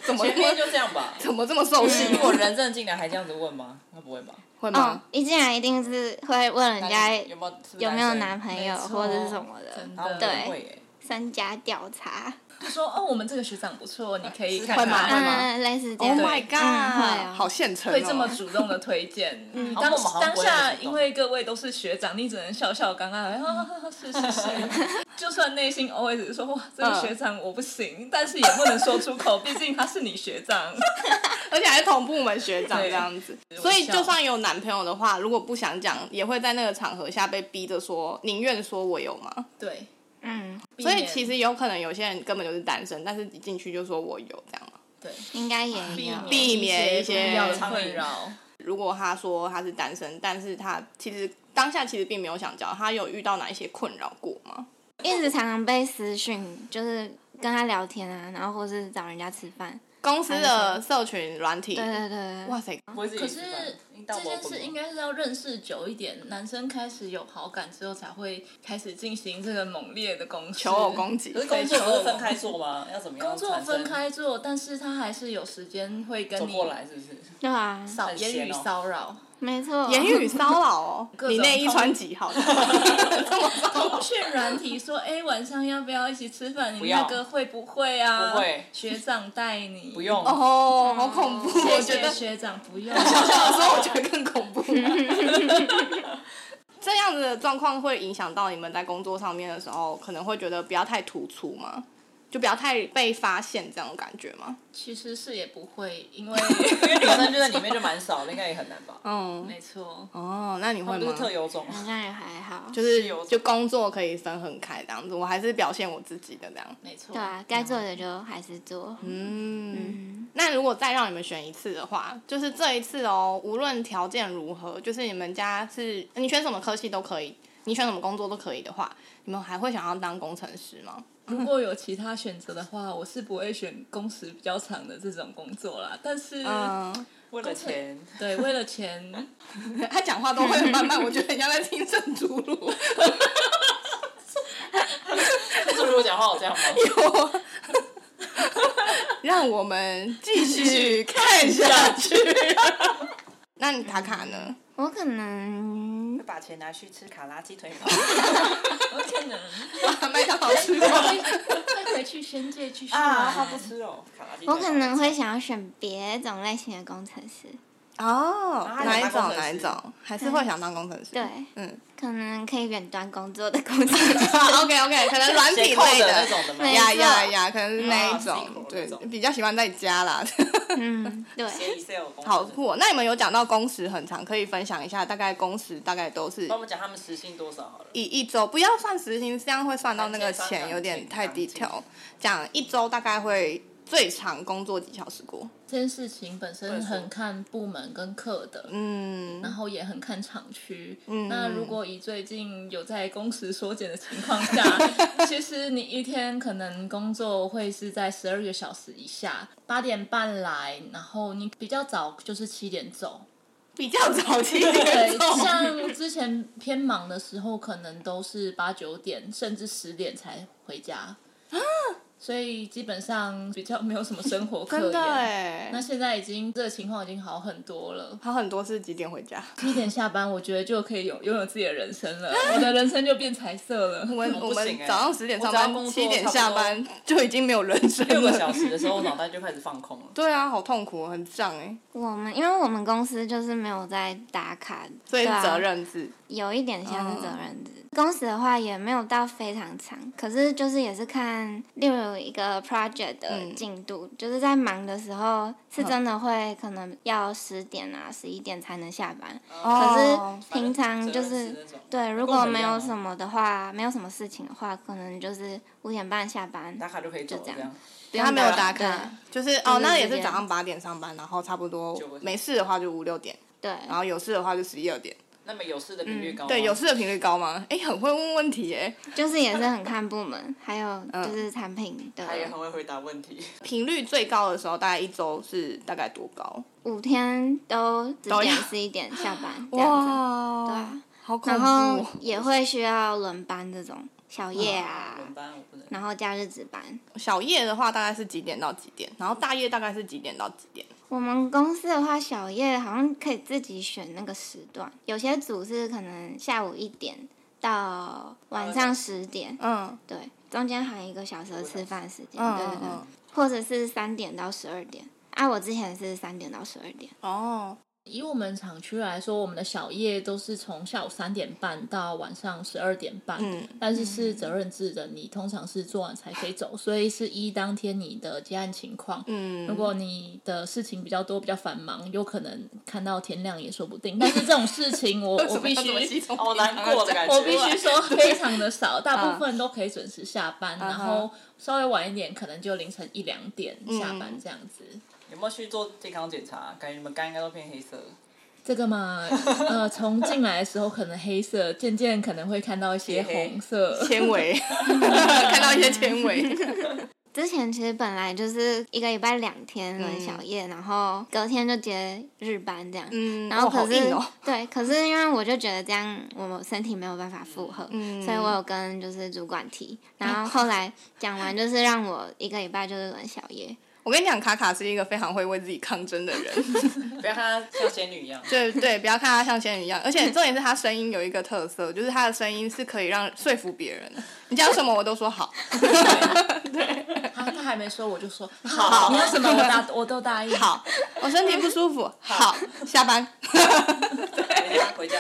Speaker 2: 怎么
Speaker 4: 前面
Speaker 2: 会
Speaker 4: 就这样
Speaker 1: *laughs*
Speaker 4: 吧。
Speaker 2: 怎么这么受
Speaker 4: 是
Speaker 2: 气
Speaker 4: 如？果人真的进来还这样子问吗？他不会吧？
Speaker 2: 会
Speaker 1: 哦
Speaker 2: 吗？，
Speaker 1: 一进来一定是会问人
Speaker 4: 那
Speaker 1: 家
Speaker 4: 你有没嗯有是不是
Speaker 1: 哎有没有
Speaker 4: 单身
Speaker 1: 男朋友
Speaker 3: 没错
Speaker 1: 或者是什么的
Speaker 3: 真，的
Speaker 4: 然后我
Speaker 1: 对
Speaker 4: 们会耶，
Speaker 1: 三家调查，
Speaker 3: 就说哦，我们这个学长不错，你可以
Speaker 4: 试看
Speaker 2: 会吗
Speaker 4: 看
Speaker 2: 会吗
Speaker 1: 嗯，类似这
Speaker 2: Oh
Speaker 1: 样。
Speaker 2: my
Speaker 1: 嗯会
Speaker 2: god！
Speaker 1: 啊
Speaker 2: 好现成哦，
Speaker 3: 会这么主动的推荐。 *laughs* 嗯，
Speaker 4: 好
Speaker 3: 当
Speaker 4: 像我们好像
Speaker 3: 当
Speaker 4: 不会那么
Speaker 3: 下
Speaker 4: 主动
Speaker 3: 因为各位都是学长，你只能笑笑刚刚，啊，是是 *laughs* 是，就算内心 always 说哇，这个
Speaker 2: 嗯
Speaker 3: 学长我不行，但是也不能说出口，毕竟他是你学长。
Speaker 2: *laughs* 而且还是同部门学长这
Speaker 3: 对
Speaker 2: 样子。所以就算有男朋友的话，如果不想讲，也会在那个场合下被逼着说，宁愿说我有吗？
Speaker 3: *laughs* 对，
Speaker 1: 嗯，
Speaker 2: 所以其实有可能有些人根本就是单身，但是一进去就说我有这样嘛。
Speaker 3: 对
Speaker 1: 应该也有。
Speaker 2: 避免一些
Speaker 3: 不必要的困扰。
Speaker 2: 如果他说他是单身，但是他其实当下其实并没有想交，他有遇到哪一些困扰过吗？
Speaker 1: 一直常常被私讯，就是跟他聊天啊，然后或是找人家吃饭。
Speaker 2: 公司的社群软体
Speaker 1: 对，对对，
Speaker 2: 哇塞，
Speaker 4: 不会自己
Speaker 3: 可
Speaker 4: 吃
Speaker 3: 是
Speaker 4: 饭
Speaker 3: 这件事应该是要认识久一点，男生开始有好感之后才会开始进行这个猛烈的攻势
Speaker 2: 求偶攻击
Speaker 4: 可，是工作不是分开做吗？要怎么样？
Speaker 3: 工作分，开做，但是他还是有时间会跟
Speaker 4: 走
Speaker 3: 你
Speaker 4: 过来是不是？
Speaker 1: 对啊，
Speaker 3: 骚
Speaker 4: 很
Speaker 3: 言语
Speaker 4: 闲哦
Speaker 3: 骚扰。
Speaker 1: 没错。
Speaker 2: 言语骚扰哦，
Speaker 3: 各种
Speaker 2: 你内衣穿几号？这么骚
Speaker 3: 通
Speaker 2: 扰，
Speaker 3: 讯软体说，哎、晚上要不要一起吃饭？
Speaker 4: 不
Speaker 3: 你
Speaker 4: 要
Speaker 3: 那个会不会啊？
Speaker 4: 不会
Speaker 3: 学长带你。
Speaker 4: 不用，
Speaker 2: 哦，好恐怖！我
Speaker 3: 谢
Speaker 2: 觉得
Speaker 3: 谢学长，不
Speaker 4: *laughs*
Speaker 3: 用。
Speaker 2: 小时候我觉得更恐怖。这样子的状况会影响到你们在工作上面的时候，可能会觉得不要太突出嘛，就不要太被发现这种感觉嘛。
Speaker 3: 其实是也不会，因为
Speaker 4: 因为女生就在里面就蛮少的，应该也很难
Speaker 1: 哦
Speaker 4: 吧？
Speaker 2: 嗯，
Speaker 3: 没错，
Speaker 2: 哦，那你
Speaker 4: 他
Speaker 2: 会
Speaker 4: 们就是
Speaker 2: 吗？
Speaker 4: 特有种，
Speaker 1: 好像也还好。
Speaker 2: 就是
Speaker 4: 有
Speaker 2: 就工作可以分很开这样子，我还是表现我自己的这样。
Speaker 3: 没错。
Speaker 1: 对啊，该做的就还是做。
Speaker 2: 嗯，
Speaker 1: 嗯，
Speaker 2: 那如果再让你们选一次的话，就是这一次哦，无论条件如何，就是你们家是呃你选什么科系都可以，你选什么工作都可以的话，你们还会想要当工程师吗？
Speaker 3: 如果有其他选择的话，我是不会选工时比较长的这种工作啦。但是，
Speaker 2: 嗯，
Speaker 4: 为了钱， *laughs*
Speaker 3: 对，为了钱，
Speaker 2: 他讲话都会很慢慢，我觉得很像在听圣主路。
Speaker 4: 就是如果讲话我这样吗？
Speaker 2: 让我们继续看下去。那你卡卡呢？
Speaker 1: 我可能
Speaker 4: 会把钱拿去吃卡拉鸡 *laughs* 腿吗？啊
Speaker 3: 我可能
Speaker 2: 把麦当劳吃光。
Speaker 3: *laughs* 再回去仙界继续
Speaker 4: 啊，
Speaker 3: 玩。
Speaker 4: 他不吃哦，卡拉鸡腿。
Speaker 1: 我可能会想要选别种类型的工程师，
Speaker 2: 哦，
Speaker 4: 啊
Speaker 2: 哪一
Speaker 4: 他想当
Speaker 2: 种
Speaker 4: 工程师
Speaker 2: 哪一种？还是会想当工程师？
Speaker 1: 对，
Speaker 2: 嗯 *laughs*
Speaker 1: 可能可以远端工作的工程师。
Speaker 2: ，OK OK，可能软体
Speaker 4: 解扣
Speaker 2: 类
Speaker 4: 的那种的吗？
Speaker 1: 没
Speaker 2: 呀
Speaker 1: 错
Speaker 2: 呀呀，可能是那一
Speaker 4: 啊
Speaker 2: 种，对
Speaker 4: 那，种
Speaker 2: 比较喜欢在家
Speaker 4: *laughs*
Speaker 2: 啦。
Speaker 1: 嗯，对。
Speaker 4: 写 Excel 工
Speaker 2: 好
Speaker 4: 作
Speaker 2: 酷哦！那你们有讲到工时很长，可以分享一下大概工时大概都是
Speaker 4: 帮我们讲他们时薪多少好了。
Speaker 2: 以一周，不要算时薪，这样会算到那个
Speaker 4: 三千
Speaker 2: 钱有点太
Speaker 4: 三千
Speaker 2: detail。讲一周大概会最长工作几小时过？
Speaker 3: 这件事情本身很看部门跟课的，
Speaker 2: 嗯，
Speaker 3: 然后也很看厂区。
Speaker 2: 嗯
Speaker 3: 那如果以最近有在工时缩减的情
Speaker 2: *laughs*
Speaker 3: 况下，其实你一天可能工作会是在十二个小时以下，八点半来，然后你比较早就是七点走。
Speaker 2: 比较早期一
Speaker 3: 对
Speaker 2: 点，
Speaker 3: *laughs* 像之前偏忙的时候，可能都是八九点甚至十点才回
Speaker 2: 啊
Speaker 3: 家。所以基本上比较没有什么生活
Speaker 2: *laughs*
Speaker 3: 可
Speaker 2: 真的
Speaker 3: 言。
Speaker 2: 哎
Speaker 3: 那，现在已经这个情况已经好很多了，
Speaker 2: 他很多是几点回家？
Speaker 3: 七点下班，我觉得就可以有拥有自己的人生了，我的人生就变彩色了。
Speaker 2: 我们
Speaker 4: 我不
Speaker 2: 我们
Speaker 4: 行欸
Speaker 2: 早上十点上
Speaker 4: 我只要工
Speaker 2: 班，
Speaker 4: 作
Speaker 2: 七点下班就已经没有人生
Speaker 4: 六个
Speaker 2: 了。
Speaker 4: 小时的时候，我脑袋就开始放空了。
Speaker 2: 对啊，好痛苦，很胀哎，
Speaker 1: 我们因为我们公司就是没有在打卡，
Speaker 2: 所以
Speaker 1: 对啊
Speaker 2: 是责任制。
Speaker 1: 有一点像
Speaker 2: 嗯
Speaker 1: 是责任制。工时的话也没有到非常长，可是就是也是看，例如一个 project 的
Speaker 2: 嗯
Speaker 1: 进度，就是在忙的时候是真的会可能要十点啊、十一点才能下班。
Speaker 2: 哦
Speaker 1: 可是平常就
Speaker 4: 责任
Speaker 1: 是
Speaker 4: 制那种
Speaker 1: 对，如
Speaker 4: 跟我
Speaker 1: 果
Speaker 4: 们
Speaker 1: 没
Speaker 4: 一样
Speaker 1: 有
Speaker 4: 啊
Speaker 1: 什么的话，没有什么事情的话，可能就是五点半下班。
Speaker 4: 打卡就可以走了
Speaker 1: 就这
Speaker 4: 这
Speaker 1: 样
Speaker 4: 样。
Speaker 1: 不用
Speaker 2: 他没有打
Speaker 1: 打
Speaker 2: 卡，就是
Speaker 1: 对
Speaker 2: 哦，那也
Speaker 1: 对
Speaker 2: 是
Speaker 1: 对
Speaker 2: 早上八点上班，然后差不多
Speaker 4: 九个小时
Speaker 2: 没事的话就五六点，
Speaker 1: 对，
Speaker 2: 然后有事的话就十一二点。
Speaker 4: 那么有事的频率高吗？
Speaker 2: 对，有事的频率高吗？哎，很会问问题哎，
Speaker 1: 对就是也是很看部门，还
Speaker 2: *laughs*
Speaker 1: 有
Speaker 2: 嗯
Speaker 1: 就是产品的
Speaker 4: 他也很会回答问题。
Speaker 2: 频率最高的时候大概一周是大概多高？
Speaker 1: 五天都十
Speaker 2: 都要
Speaker 1: 点十一点下班
Speaker 2: *laughs*
Speaker 1: 这样子。对
Speaker 2: 哇
Speaker 1: 啊，
Speaker 2: 好恐
Speaker 1: 然
Speaker 2: 怖
Speaker 1: 后
Speaker 2: 哦！
Speaker 1: 也会需要轮班这种小夜啊，
Speaker 4: 轮班我不能。
Speaker 1: 然后假日值班。
Speaker 2: 小夜的话大概是几点到几点？然后大夜大概是几点到几点？
Speaker 1: 我们公司的话，小夜好像可以自己选那个时段，有些组是可能下午一点到晚上十点，
Speaker 2: 嗯
Speaker 1: 对，中间含一个小时的吃饭时间，
Speaker 2: 嗯
Speaker 1: 对对
Speaker 2: 嗯
Speaker 1: 对，
Speaker 2: 嗯，
Speaker 1: 或者是三点到十二点。啊，我之前是三点到十二点，
Speaker 2: 哦，
Speaker 3: 以我们厂区来说，我们的小夜都是从下午三点半到晚上十二点半，
Speaker 2: 嗯
Speaker 3: 但是是责任制的，你通常是做完才可以走，所以是依当天你的结案情况。
Speaker 2: 嗯，
Speaker 3: 如果你的事情比较多、比较繁忙，有可能看到天亮也说不定。但是这种事
Speaker 2: *laughs*
Speaker 3: 情我，我必须
Speaker 4: 好难过的感觉。
Speaker 3: 我必须
Speaker 1: *laughs*
Speaker 3: *laughs* 说非常的少，大部分都可以准时下班，
Speaker 2: 嗯
Speaker 3: 然后稍微晚一点，可能就凌晨一两点下班这样子。
Speaker 4: 有没有去做健康检查？感觉你们肝应该都偏黑色了。
Speaker 3: 这个嘛，呃，从进来的时候可能黑色，渐渐可能会看到一些红色。
Speaker 2: 纤维， *laughs* 看到一些纤
Speaker 1: *laughs*
Speaker 2: 维，
Speaker 1: 之前其实本来就是一个礼拜两天轮小夜，然后隔天就接日班这样。
Speaker 2: 嗯，
Speaker 1: 然后
Speaker 2: 哇好
Speaker 1: 可是、
Speaker 2: 硬哦，
Speaker 1: 对，可是因为我就觉得这样我身体没有办法负荷，
Speaker 2: 嗯
Speaker 1: 所以我有跟就是主管提，然后后来讲完就是让我一个礼拜就是轮小夜，
Speaker 2: 我跟你讲，卡卡是一个非常会为自己抗争的人，
Speaker 3: *laughs*
Speaker 4: 不要看她像仙女一样。
Speaker 2: 对对，不要看他像仙人一样，而且重点是他声音有一个特色，就是他的声音是可以让说服别人的。你讲什么我都说
Speaker 3: *laughs*
Speaker 2: 好，
Speaker 3: *laughs* 他他还没说，我就 *laughs* 说
Speaker 4: 好
Speaker 3: 你要什么我答我都答应。
Speaker 2: *laughs* 好，我身体不舒服，好，下班。
Speaker 4: 回家回家，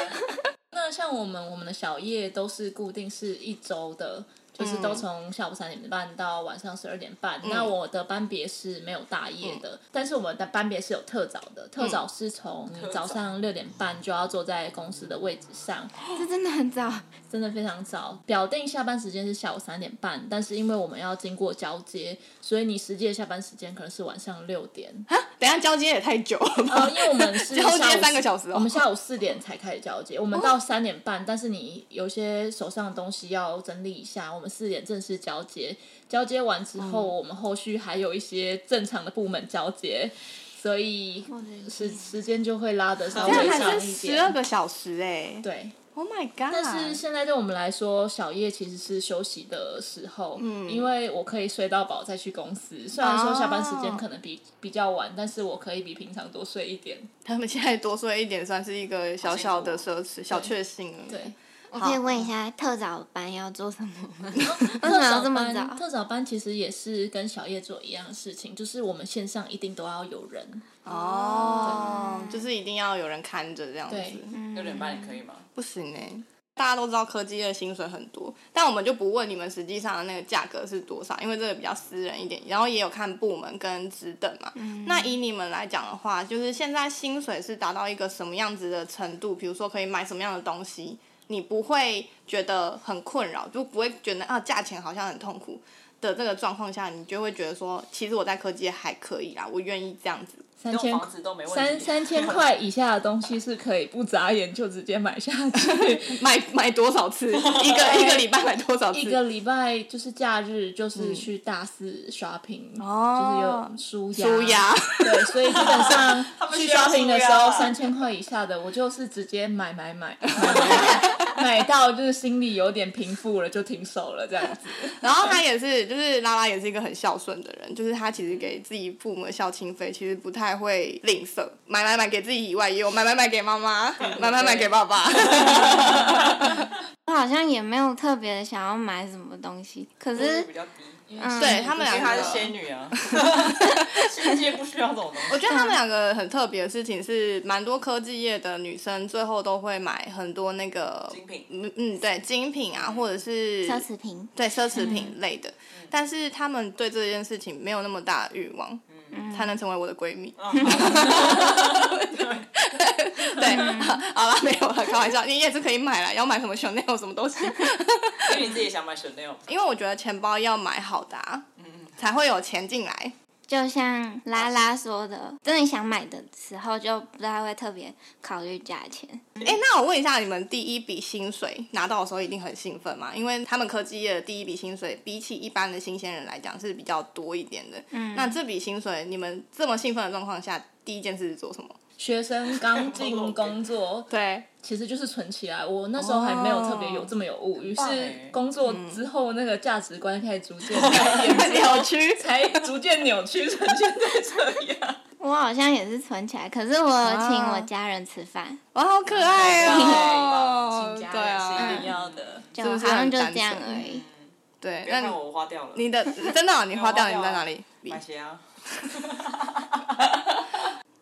Speaker 3: 那像我们我们的小夜都是固定是一周的，就是都从下午三点半到晚上十二点半。那我的班别是没有大夜的，但是我们的班别是有特早的，嗯特早是从你早上六点半就要坐在公司的位置上，
Speaker 1: 这真的很早。
Speaker 3: 真的非常早。表定下班时间是下午三点半，但是因为我们要经过交接，所以你实际的下班时间可能是晚上六点。
Speaker 2: 等一下交接也太久了吧？
Speaker 3: 呃，因为我
Speaker 2: *laughs*
Speaker 3: 们是
Speaker 2: 交接
Speaker 3: 下午
Speaker 2: 三个小时哦哦
Speaker 3: 我们下午四点才开始交接，我们到三点半，但是你有些手上的东西要整理一下，我们四点正式交接。交接完之后，
Speaker 2: 嗯
Speaker 3: 我们后续还有一些正常的部门交接，所以
Speaker 1: 我的
Speaker 3: 时时间就会拉得
Speaker 2: 这
Speaker 3: 稍微
Speaker 2: 样还
Speaker 3: 长
Speaker 2: 是
Speaker 3: 一
Speaker 2: 十二
Speaker 3: 点。
Speaker 2: 个小时哎、
Speaker 3: 对，
Speaker 2: o h my god！
Speaker 3: 但是现在对我们来说，小夜其实是休息的时候，
Speaker 2: 嗯
Speaker 3: 因为我可以睡到饱再去公司。虽然说下班时
Speaker 2: 哦
Speaker 3: 间可能比、比较晚，但是我可以比平常多睡一点。
Speaker 2: 他们现在多睡一点，算是一个小小的奢侈、小确幸了。
Speaker 3: 哦
Speaker 2: *laughs*
Speaker 3: 对，
Speaker 1: 我可以问一下特早班要做什么吗？为什
Speaker 3: 特
Speaker 1: 么要
Speaker 3: 早
Speaker 1: 这么
Speaker 3: 班，
Speaker 1: 早？
Speaker 3: 特早班其实也是跟小夜做一样的事情，就是我们线上一定都要有人。
Speaker 2: 哦，就是一定要有人看着这样子。
Speaker 3: 对
Speaker 1: 嗯
Speaker 4: 六点半你可以吗？
Speaker 2: 不行哎、大家都知道科技的薪水很多，但我们就不问你们实际上的那个价格是多少，因为这个比较私人一点。然后也有看部门跟职等嘛。
Speaker 3: 嗯
Speaker 1: 嗯
Speaker 2: 那以你们来讲的话，就是现在薪水是达到一个什么样子的程度？比如说可以买什么样的东西，你不会觉得很困扰，就不会觉得啊价钱好像很痛苦的这个状况下，你就会觉得说，其实我在科技业还可以啦，我愿意这样子。
Speaker 3: 三
Speaker 4: 用
Speaker 3: 千
Speaker 4: 房子都没问题。
Speaker 3: 三三
Speaker 4: *laughs*
Speaker 3: 千块以下的东西是可以不眨眼就直接买下去，
Speaker 2: 买买多少次？一个一个礼拜买多少次？
Speaker 3: *laughs* 一个礼拜就是假日就是去大肆 shopping，、
Speaker 2: 哦
Speaker 3: 就是有舒压
Speaker 2: 舒压。
Speaker 3: 对，所以基本
Speaker 4: *laughs*
Speaker 3: 上
Speaker 4: 们
Speaker 3: 去
Speaker 4: 需要
Speaker 3: shopping 的时
Speaker 4: 舒压
Speaker 3: 候，
Speaker 4: 吧
Speaker 3: 三千块以下的，我就是直接买买买买买买，买到就是心里有点平复了，就停手了这样子。
Speaker 2: *laughs* 然后他也是，就是拉拉也是一个很孝顺的人，就是他其实给自己父母的孝亲费，其实不太会吝啬，买买买给自己以外，也有买买买给妈妈，买买买给爸爸。
Speaker 1: 我好像也没有特别的想要买什么东西，可
Speaker 4: 就是
Speaker 1: 是
Speaker 4: 比较低，
Speaker 1: 嗯，
Speaker 2: *laughs* 对他们
Speaker 4: 因为
Speaker 2: 两
Speaker 4: 她是
Speaker 2: 个，
Speaker 4: 仙女啊，仙界不需要这种东
Speaker 2: 我
Speaker 4: 西。
Speaker 2: 觉得他们两个很特别的事情是，蛮多科技业的女生最后都会买很多那个
Speaker 4: 精品
Speaker 2: 嗯嗯，对，精品啊，或者是
Speaker 1: 奢侈品，
Speaker 2: 对奢侈
Speaker 4: 嗯
Speaker 2: 品类的，但是他们对这件事情没有那么大的欲望，
Speaker 4: 嗯
Speaker 1: 嗯
Speaker 2: 才能 *laughs* 成为我的闺蜜。 *laughs* 对，好了，没有了，开玩笑，你也是可以买了，要买什么 Chanel 什么都行，
Speaker 4: 因为你自己想买 Chanel，
Speaker 2: *laughs* 因为我觉得钱包要买好的、啊，才会有钱进来。
Speaker 1: 就像拉拉说的，真的想买的时候就不太会特别考虑价钱。
Speaker 2: 哎、那我问一下，你们第一笔薪水拿到的时候一定很兴奋嘛？因为他们科技业的第一笔薪水，比起一般的新鲜人来讲是比较多一点的。
Speaker 1: 嗯
Speaker 2: 那这笔薪水，你们这么兴奋的状况下，第一件事是做什么？
Speaker 3: 学生刚进工作，
Speaker 2: 对，
Speaker 3: 其实就是存起来。我那时候还没有特别
Speaker 2: 哦
Speaker 3: 有这么有物，于是工作之后那个价值观开始逐
Speaker 2: *laughs*
Speaker 3: 渐改变，
Speaker 2: 嗯扭曲。
Speaker 3: *laughs* 才逐渐扭曲成现
Speaker 2: *laughs*
Speaker 3: 在这样。
Speaker 1: 我好像也是存起来，可是我
Speaker 2: 啊
Speaker 1: 请我家人吃饭，
Speaker 2: 哇，好可爱哦！
Speaker 3: 请
Speaker 2: 对
Speaker 3: 家人是一
Speaker 2: 啊，
Speaker 3: 定要的。
Speaker 1: 就是
Speaker 2: 不
Speaker 1: 哦好
Speaker 2: 是很
Speaker 1: 像就
Speaker 2: 单
Speaker 1: 这样
Speaker 2: 纯
Speaker 1: 而已。
Speaker 2: 对，
Speaker 4: 嗯
Speaker 2: 啊
Speaker 4: 不要
Speaker 2: 那
Speaker 4: 看我花掉了，
Speaker 2: 你的真的哦、你花掉
Speaker 4: 没有
Speaker 2: 你
Speaker 4: 花掉啊
Speaker 2: 在哪里？
Speaker 4: 买鞋啊。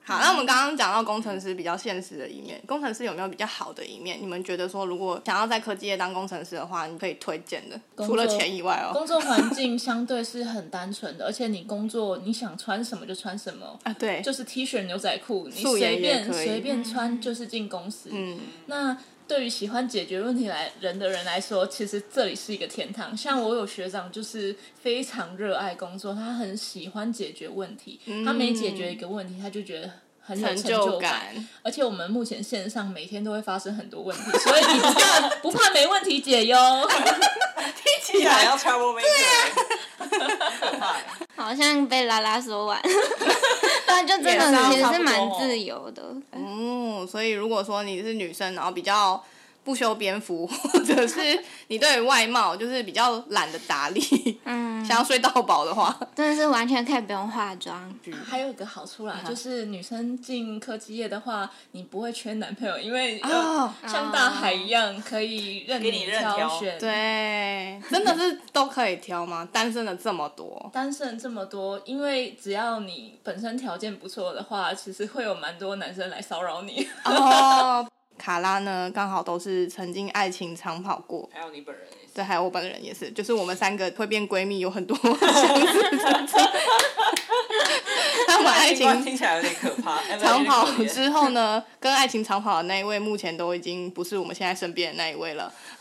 Speaker 2: 好，那我们刚刚讲到工程师比较现实的一面，工程师有没有比较好的一面？你们觉得说，如果想要在科技业当工程师的话，你可以推荐的，
Speaker 3: 作
Speaker 2: 除了钱以外哦。
Speaker 3: 工作环境相对是很单纯的，而且你工作你想穿什么就穿什么，
Speaker 2: 啊，对，
Speaker 3: 就是 T 恤牛仔裤，你
Speaker 2: 素颜
Speaker 3: 随便
Speaker 2: 也可以
Speaker 3: 随便穿就是进公司。
Speaker 2: 嗯，
Speaker 3: 那对于喜欢解决问题来人的人来说，其实这里是一个天堂。像我有学长就是非常热爱工作，他很喜欢解决问题，他每解决一个问题，他就觉得。很有
Speaker 2: 嗯成
Speaker 3: 就
Speaker 2: 感。
Speaker 3: 而且我们目前线上每天都会发生很多问题，所以你不怕不怕没问题解哟。 *laughs*
Speaker 4: 竟然要 trouble maker，可 *laughs* 怕欸。
Speaker 1: 好像被拉拉说
Speaker 2: *laughs*
Speaker 1: 完，不然就真
Speaker 4: 也是
Speaker 1: 的
Speaker 4: 啊
Speaker 1: 其实
Speaker 4: 差不
Speaker 1: 是
Speaker 4: 多
Speaker 1: 蛮
Speaker 4: 哦
Speaker 1: 自由的。
Speaker 2: 哦，所以如果说你是女生，然后比较不修边幅， *laughs* 或者是你对外貌就是比较懒得打理，
Speaker 1: 嗯，
Speaker 2: 想要睡到饱的话，
Speaker 1: 真的是完全可以不用化妆。
Speaker 3: 还有一个好处
Speaker 2: 啊
Speaker 3: 啦，就是女生进科技业的话，你不会缺男朋友，因为、
Speaker 2: 哦
Speaker 3: 呃像大海一样可以任
Speaker 4: 啊给你任
Speaker 3: 挑
Speaker 4: 挑
Speaker 3: 选。，
Speaker 2: 对，真的是都可以挑吗？单身的这么多，
Speaker 3: 单身这么多，因为只要你本身条件不错的话，其实会有蛮多男生来骚扰
Speaker 2: *laughs*
Speaker 3: 你。
Speaker 2: 哦，卡拉呢刚好都是曾经爱情长跑过。
Speaker 4: 还有你本人也是。
Speaker 2: 对，还有我本人也是，就是我们三个会变闺蜜，有很多 *laughs* 相似之处。那我们爱 *laughs* 情
Speaker 4: 听起来有点可 *laughs* 怕。哎
Speaker 2: 长跑
Speaker 4: 不是有点可怜
Speaker 2: 之后呢，跟爱情长跑的那一位，目前都已经不是我们现在身边的那一位了。 *laughs*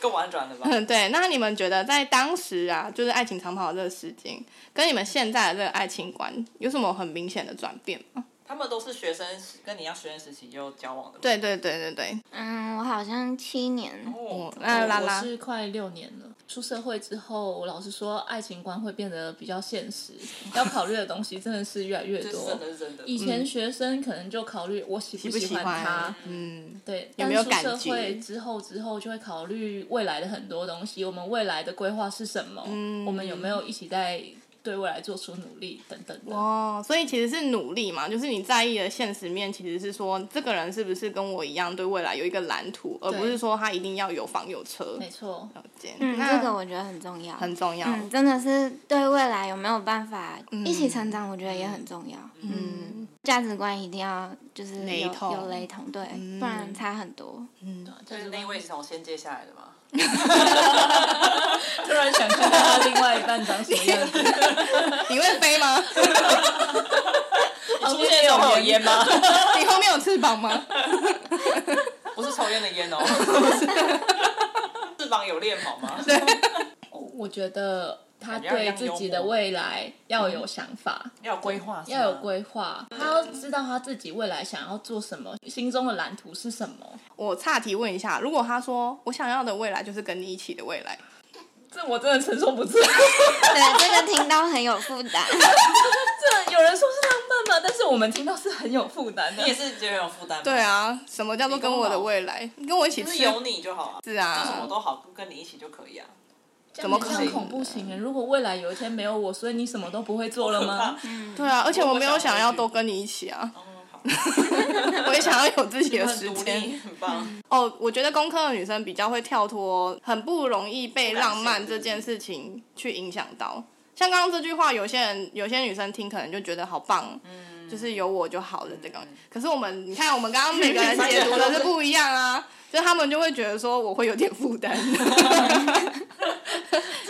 Speaker 4: 够婉转了吧？
Speaker 2: 嗯，对。那你们觉得在当时啊，就是爱情长跑的这个时间，跟你们现在的这个爱情观有什么很明显的转变吗？
Speaker 4: 他们都是学生时，跟你一样学生时期就交往的。，
Speaker 2: 对对对对对，
Speaker 1: 嗯，我好像七年，
Speaker 4: 哦，
Speaker 2: 那拉
Speaker 3: 我
Speaker 2: 拉
Speaker 3: 是快六年了，出社会之后，我老实说，爱情观会变得比较现
Speaker 4: *laughs*
Speaker 3: 实，要考虑的东西真的是越来越
Speaker 4: 这是
Speaker 3: 多
Speaker 4: 真。的是真的。
Speaker 3: 以前学生可能就考虑我喜不
Speaker 2: 喜不
Speaker 3: 喜
Speaker 2: 喜
Speaker 3: 欢
Speaker 2: 欢
Speaker 3: 他，？
Speaker 2: 嗯，
Speaker 3: 对，
Speaker 2: 有没有
Speaker 3: 但出
Speaker 2: 感
Speaker 3: 社
Speaker 2: 觉
Speaker 3: 会之后，之后就会考虑未来的很多东西，我们未来的规划是什么？
Speaker 2: 嗯
Speaker 3: 我们有没有一起在对未来做出努力等等的？
Speaker 2: 哦，所以其实是努力嘛，就是你在意的现实面，其实是说这个人是不是跟我一样对未来有一个蓝图，而不
Speaker 3: 对
Speaker 2: 是说他一定要有房有车。
Speaker 3: 没错，
Speaker 2: 了解，
Speaker 1: 嗯，
Speaker 2: 那
Speaker 1: 这个我觉得很重要。
Speaker 2: 很重要。
Speaker 1: 嗯，真的是对未来有没有办法一起成长，我觉得也很重要。
Speaker 2: 嗯
Speaker 1: 价值观一定要就是
Speaker 2: 雷
Speaker 1: 有
Speaker 2: 同
Speaker 1: 有雷同，对，
Speaker 2: 嗯
Speaker 1: 不然差很多。
Speaker 3: 就
Speaker 4: 就是那一位是从仙界下来的嘛？
Speaker 3: 突然想看看他另外一半长什么样
Speaker 4: *laughs*
Speaker 3: 子。
Speaker 2: 你会飞吗？ *laughs*
Speaker 3: 哦
Speaker 4: 你出现的时候会有哦烟吗？
Speaker 2: 你后面有翅膀吗？ *laughs*
Speaker 4: 不是抽烟的 *laughs* 烟哦。翅膀有练跑吗？
Speaker 3: 我觉得他
Speaker 4: 感觉要
Speaker 3: 对
Speaker 4: 让
Speaker 3: 自
Speaker 4: 幽
Speaker 3: 己
Speaker 4: 默嗯
Speaker 3: 的未来要有想法，
Speaker 4: 要有规划，是吗
Speaker 3: 要有。规划，他要知道他自己未来想要做什么，心中的蓝图是什么。
Speaker 2: 我岔题问一下，如果他说我想要的未来就是跟你一起的未来，
Speaker 3: 这我真的承受不 *laughs* 住。
Speaker 1: 对，这个听到很有负担。
Speaker 2: *laughs*
Speaker 1: *laughs*
Speaker 3: 这有人说是浪漫嘛，但是我们听到是很有负担的。
Speaker 4: 你也是觉得有负担吗？
Speaker 2: 对，啊，什么叫做跟我的未来？跟我一起
Speaker 4: 就是
Speaker 2: 吃
Speaker 4: 有你就好啊，
Speaker 2: 是
Speaker 4: 做什
Speaker 2: 啊
Speaker 4: 么，都好，跟你一起就可以啊。
Speaker 3: 怎
Speaker 2: 么可
Speaker 3: 像
Speaker 2: 能
Speaker 3: 恐怖情人？如果未来有一天没有我，所以你什么都不会做了吗？
Speaker 4: 嗯
Speaker 2: 对啊，而且
Speaker 4: 我
Speaker 2: 我没有
Speaker 4: 我想
Speaker 2: 想要
Speaker 4: 回去
Speaker 2: 都跟你一起啊，
Speaker 4: 嗯，好，
Speaker 2: 我也想要有自己的时
Speaker 4: 很 *laughs* 独
Speaker 2: 间。
Speaker 4: 立，很棒。
Speaker 2: 哦，我觉得工科的女生比较会跳脱，很不容易被浪漫这件事情去影响到。像刚刚这句话，有些人有些女生听可能就觉得好棒，就是有我就好了这个。可是我们，你看我们刚刚每个人解读的是不一样啊，就他们就会觉得说我会有点负担，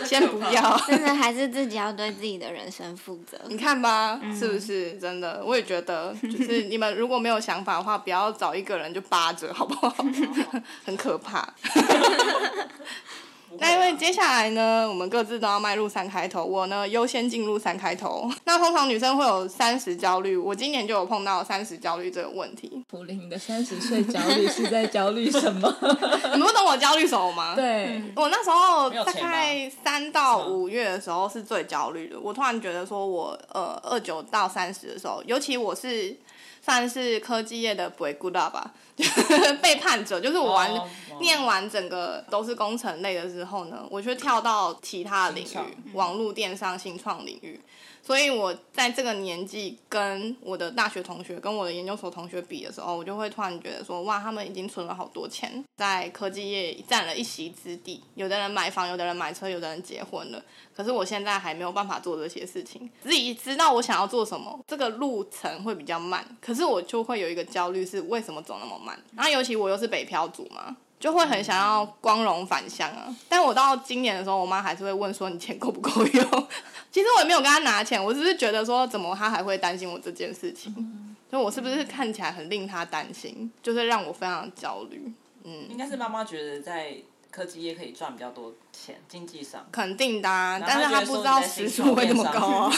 Speaker 2: 先不要。
Speaker 1: 真的还是自己要对自己的人生负责。
Speaker 2: 你看吧，是不是真的？我也觉得，就是你们如果没有想法的话，不要找一个人就扒着，好不好？ *laughs* 很可怕。那因为
Speaker 4: 啊
Speaker 2: 接下来呢，我们各自都要迈入三开头，我呢优先进入三开头。 *laughs* 那通常女生会有三十焦虑，我今年就有碰到三十焦虑这个问
Speaker 4: *laughs*
Speaker 2: 题。
Speaker 3: 普林的三十岁焦虑是在焦虑什么？ *laughs*
Speaker 2: 你们不懂我焦虑什么吗？，
Speaker 3: 对，
Speaker 2: 我那时候
Speaker 4: 没有
Speaker 2: 大
Speaker 4: 钱吗
Speaker 2: 概三到五月的时候是最焦虑的。我突然觉得说我，呃二九到三十的时候，尤其我是算是科技业的 b r e good up 吧， *laughs* 就是背叛者，就是我玩、
Speaker 4: 哦哦
Speaker 2: 念完整个都是工程类的之后呢，我却跳到其他的领
Speaker 4: 新创嗯
Speaker 2: 域，网络电商新创领域。所以我在这个年纪跟我的大学同学、跟我的研究所同学比的时候，我就会突然觉得说，哇，他们已经存了好多钱，在科技业占了一席之地。有的人买房，有的人买车，有的人结婚了。可是我现在还没有办法做这些事情，自己知道我想要做什么，这个路程会比较慢。可是我就会有一个焦虑，是为什么走那么慢？然后尤其我又是北漂族嘛，就会很想要光荣返乡啊。但我到今年的时候，我妈还是会问说你钱够不够用。 *laughs* 其实我也没有跟她拿钱，我只是觉得说怎么她还会担心我这件事情，
Speaker 4: 嗯
Speaker 2: 就我是不是看起来很令她担心，就是让我非常焦虑。
Speaker 4: 应该是妈妈觉得在科技业可以赚比较多钱，经济上。
Speaker 2: 肯定的、啊，
Speaker 4: 然后
Speaker 2: 但是
Speaker 4: 她
Speaker 2: 她
Speaker 4: 觉得
Speaker 2: 不
Speaker 4: 说
Speaker 2: 知道
Speaker 4: 你在
Speaker 2: 时
Speaker 4: 新
Speaker 2: 速会这么
Speaker 4: 创
Speaker 2: 高啊。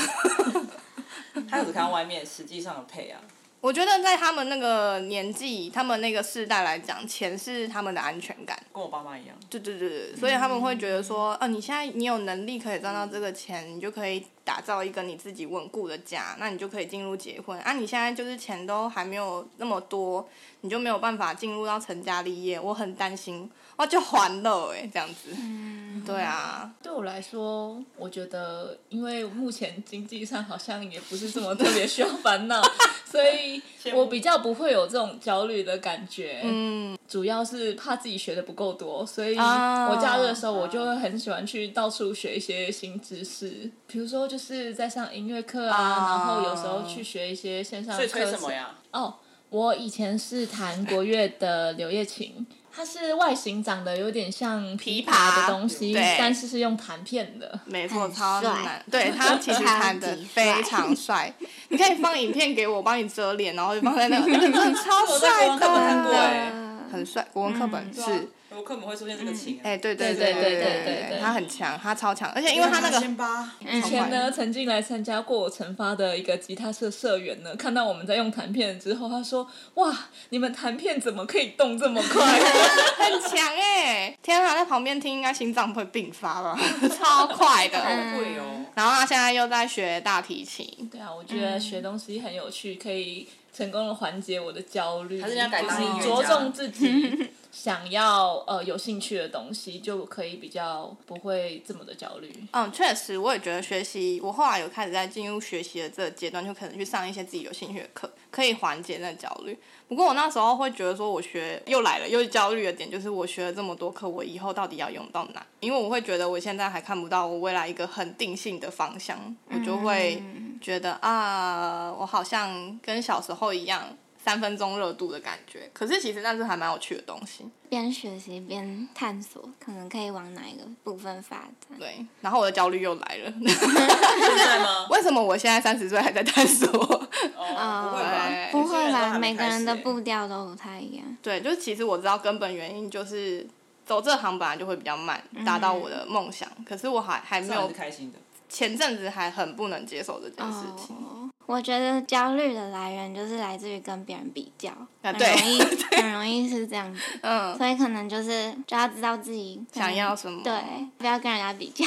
Speaker 4: 他只看外面实际上的配啊。
Speaker 2: 我觉得在他们那个年纪、他们那个世代来讲，钱是他们的安全感。
Speaker 4: 跟我爸妈一样，
Speaker 2: 对对对对，所以他们会觉得说，啊，你现在你有能力可以赚到这个钱，你就可以打造一个你自己稳固的家，那你就可以进入结婚。啊，你现在就是钱都还没有那么多，你就没有办法进入到成家立业，我很担心，我就还了哎、这样子。
Speaker 1: 嗯
Speaker 2: 对啊，
Speaker 3: 对我来说，我觉得因为目前经济上好像也不是这么特别需要烦恼，所 *laughs* 以我比较不会有这种焦虑的感觉。
Speaker 2: 嗯，
Speaker 3: 主要是怕自己学的不够多，所以
Speaker 2: 啊
Speaker 3: 我假日的时候，我就会很喜欢去到处学一些新知识，比如说就是在上音乐课啊，
Speaker 2: 啊
Speaker 3: 然后有时候去学一些线上
Speaker 4: 所
Speaker 3: 课
Speaker 4: 以吹什
Speaker 3: 程
Speaker 4: 么呀？
Speaker 3: 哦，我以前是弹国乐的柳叶琴，它是外形长得有点像琵琶的东西，
Speaker 2: 琵琶对
Speaker 3: 但是是用弹片的。
Speaker 4: 嗯
Speaker 2: 没错，
Speaker 1: 很
Speaker 2: 超
Speaker 1: 帅
Speaker 2: 难。对他其实弹的非常帅，你可以放影片给我，帮你遮脸，然后就放在
Speaker 1: *laughs*
Speaker 2: 那，嗯超
Speaker 4: 我在
Speaker 2: 帅
Speaker 4: 国文课本看过
Speaker 2: 的，
Speaker 1: 欸
Speaker 4: 哎，
Speaker 1: 嗯
Speaker 2: 很帅。国文课本
Speaker 4: 对
Speaker 2: 是
Speaker 4: 啊，我课本会出现这个情啊。
Speaker 2: 哎，对对对
Speaker 3: 对对对对
Speaker 2: 对
Speaker 3: 对
Speaker 2: 他很强，他超强，而且因为他那个
Speaker 4: 先吧，
Speaker 2: 以
Speaker 3: 以前呢，曾经来参加过我惩罚的一个吉他社社员呢，看到我们在用弹片之后，他说：“哇，你们弹片怎么可以动这么快，
Speaker 4: *laughs*
Speaker 2: 很强哎、天啊，在旁边听应该心脏会病发吧，超快的。
Speaker 1: 嗯
Speaker 4: 贵哦。
Speaker 2: *laughs* 然后他现在又在学大提琴？”
Speaker 3: 对啊，我觉得学东西很有趣，可以成功的缓解我的焦虑，
Speaker 4: 还是人家改
Speaker 3: 就
Speaker 4: 当
Speaker 3: 是
Speaker 4: 音乐
Speaker 3: 着
Speaker 4: 家
Speaker 3: 重自
Speaker 4: *laughs*
Speaker 3: 己想要呃有兴趣的东西，就可以比较不会这么的焦虑。
Speaker 2: 嗯，确实，我也觉得学习，我后来有开始在进入学习的这个阶段，就可能去上一些自己有兴趣的课，可以缓解那焦虑。不过我那时候会觉得说，我学又来了，又焦虑的点就是我学了这么多课，我以后到底要用到哪？因为我会觉得我现在还看不到我未来一个很定性的方向，我就会。
Speaker 1: 嗯
Speaker 2: 觉得啊，我好像跟小时候一样，三分钟热度的感觉。可是其实那是还蛮有趣的东西，
Speaker 1: 边学习边探索，可能可以往哪一个部分发展。
Speaker 2: 对。然后我的焦虑又来了， *laughs*
Speaker 4: 现在吗？
Speaker 2: 为什么我现在三十岁还在探索？
Speaker 4: 哦，不会吧？
Speaker 2: 哎
Speaker 1: 不会
Speaker 4: 吧？
Speaker 1: 吧？每个人的步调都不太一样。
Speaker 2: 对，就是其实我知道根本原因就是走这行本来就会比较慢，达
Speaker 1: 嗯
Speaker 2: 到我的梦想。可是我还还没
Speaker 4: 没有
Speaker 2: 有
Speaker 4: 是，开心的，
Speaker 2: 前阵子还很不能接受这件事情。
Speaker 1: 哦，我觉得焦虑的来源就是来自于跟别人比较，很
Speaker 2: 啊对
Speaker 1: 容易很容易是这样子，
Speaker 2: 嗯，
Speaker 1: 所以可能就是就要知道自己可能
Speaker 2: 想要什么
Speaker 1: 对，不要跟人家比较，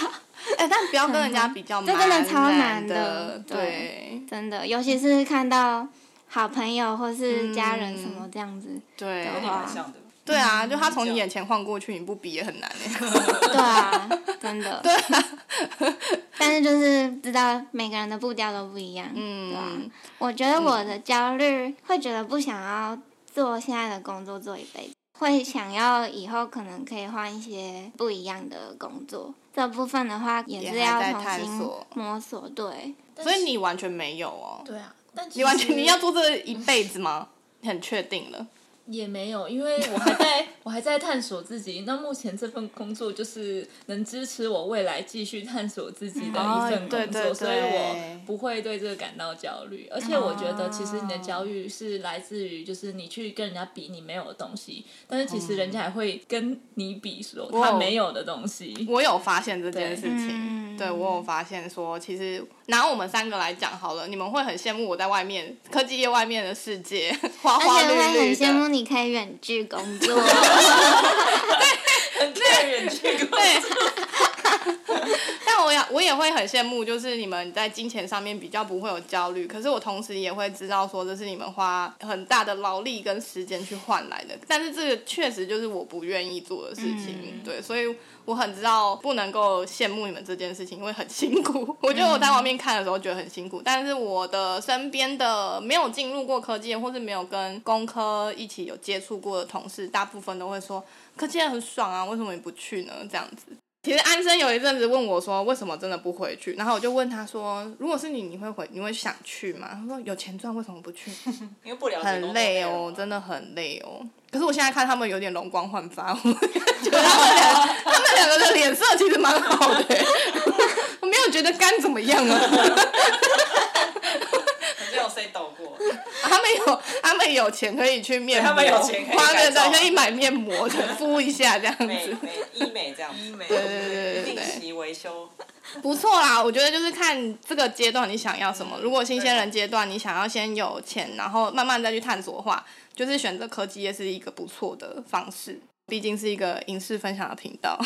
Speaker 2: 哎、但不要跟人家比较
Speaker 1: 这
Speaker 2: 蛮
Speaker 1: 真的超
Speaker 2: 难
Speaker 1: 难的
Speaker 2: 对
Speaker 1: 真的，尤其是看到好朋友或
Speaker 2: 嗯
Speaker 1: 是家人什么这样子，
Speaker 2: 对
Speaker 4: 跟你蛮像的。
Speaker 2: 对啊，就他从你眼前晃过去，你不比也很难哎。
Speaker 1: 嗯 *laughs* 对啊，真的，对啊，但是就是知道每个人的步调都不一样，对啊
Speaker 2: 嗯，
Speaker 1: 我觉得我的焦虑会觉得不想要做现在的工作做一辈子，会想要以后可能可以换一些不一样的工作。这部分的话也是
Speaker 2: 也还
Speaker 1: 要
Speaker 2: 在
Speaker 1: 重
Speaker 2: 探
Speaker 1: 新
Speaker 2: 索
Speaker 1: 摸索，对，
Speaker 2: 所以你完全没有哦，
Speaker 3: 对啊，但
Speaker 2: 你完全你要
Speaker 3: 做。
Speaker 2: 做这一辈子吗？你很确定了，
Speaker 3: 也没有，因为我还在我还在探索自己。那目前这份工作就是能支持我未来继续探索自己的一份工作，
Speaker 2: 哦对对
Speaker 3: 所以我
Speaker 2: 对哦
Speaker 3: 不会对这个感到焦虑。而且我觉得，其实你的焦虑是来自于就是你去跟人家比你没有的东西，但是其实人家还会跟你比说
Speaker 2: 哦哇
Speaker 3: 他
Speaker 2: 哦
Speaker 3: 没有的东西。
Speaker 2: 我有发现这件事情，
Speaker 1: 嗯
Speaker 2: 对我有发现说，其实拿我们三个来讲好了，你们会很羡慕我在外面科技业外面的世界，花
Speaker 1: 而
Speaker 2: 花
Speaker 1: 且
Speaker 2: 绿
Speaker 1: 会很
Speaker 2: 绿
Speaker 1: 羡慕
Speaker 2: 的。
Speaker 1: 你可以远距工作，
Speaker 2: *laughs*
Speaker 4: 对，远距工
Speaker 2: *laughs* 但我也我也会很羡慕，就是你们在金钱上面比较不会有焦虑，可是我同时也会知道说，这是你们花很大的劳力跟时间去换来的。但是这个确实就是我不愿意做的事情，对，所以我很知道不能够羡慕你们这件事情，因为很辛苦。 *laughs* 我觉得我在外面看的时候觉得很辛苦，但是我的身边的没有进入过科技，或是没有跟工科一起有接触过的同事，大部分都会说科技很爽啊，为什么你不去呢？这样子。其实安生有一阵子问我说，为什么真的不回去？然后我就问他说，如果是你，你会回，你会想去吗？他说有钱赚，为什么不去？
Speaker 4: 因为不了解工
Speaker 2: 很
Speaker 4: 作
Speaker 2: 累
Speaker 4: 内容
Speaker 2: 哦
Speaker 4: 啊，
Speaker 2: 真的很累哦。可是我现在看他们有点容光焕发，我觉得他们两个他们两个的脸色其实蛮好的，欸 *laughs* 我没有觉得肝怎么样啊。 *laughs*
Speaker 4: 肯定有谁抖过，
Speaker 2: 他们有他们有钱可以去面膜，
Speaker 4: 对他们有钱可以
Speaker 2: 花
Speaker 4: 改
Speaker 2: 面
Speaker 4: 造
Speaker 2: 对可以买面膜的敷一下这样
Speaker 4: 美
Speaker 2: 子。
Speaker 4: 美医美这样子，医美
Speaker 2: 对对对对对
Speaker 4: 定期维修，
Speaker 2: 不错啦，我觉得就是看这个阶段你想要什么。如果新鲜人阶段你想要先有钱，然后慢慢再去探索的话，就是选择科技业是一个不错的方式。毕竟是一个影视分享的频道，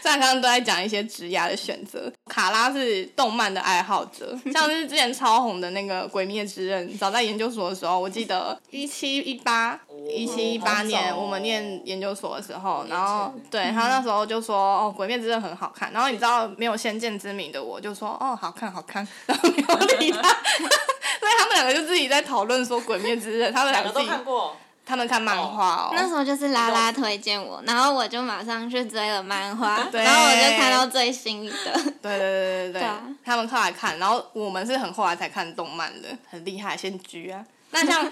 Speaker 2: 虽然刚刚都在讲一些职涯的选择。卡拉是动漫的爱好者，像是之前超红的那个《鬼灭之刃》，早在研究所的时候，我记得一七一八一七一八
Speaker 4: 好
Speaker 2: 年
Speaker 4: 早哦
Speaker 2: 我们念研究所的时候，然后
Speaker 4: 前
Speaker 2: 对他那时候就说：“哦，《鬼灭之刃》很好看。”然后你知道没有先见之明的我就说：“哦，好看，好看。” *laughs* 然后没有理他， *laughs* 所以他们两个就自己在讨论说《鬼灭之刃》，他们两
Speaker 4: 两
Speaker 2: 个
Speaker 4: 个
Speaker 2: 自己
Speaker 4: 都看过。
Speaker 2: 他们看漫画哦，
Speaker 1: 那时候就是拉拉推荐我，然后我就马上去追了漫画，
Speaker 2: *laughs* 对
Speaker 1: 然后我就看到最新
Speaker 2: *laughs*
Speaker 1: 的。
Speaker 2: 对对对对对，
Speaker 1: 对啊
Speaker 2: 他们后来看，然后我们是很后来才看动漫的，很厉害，先居
Speaker 4: *laughs*
Speaker 2: 啊。那像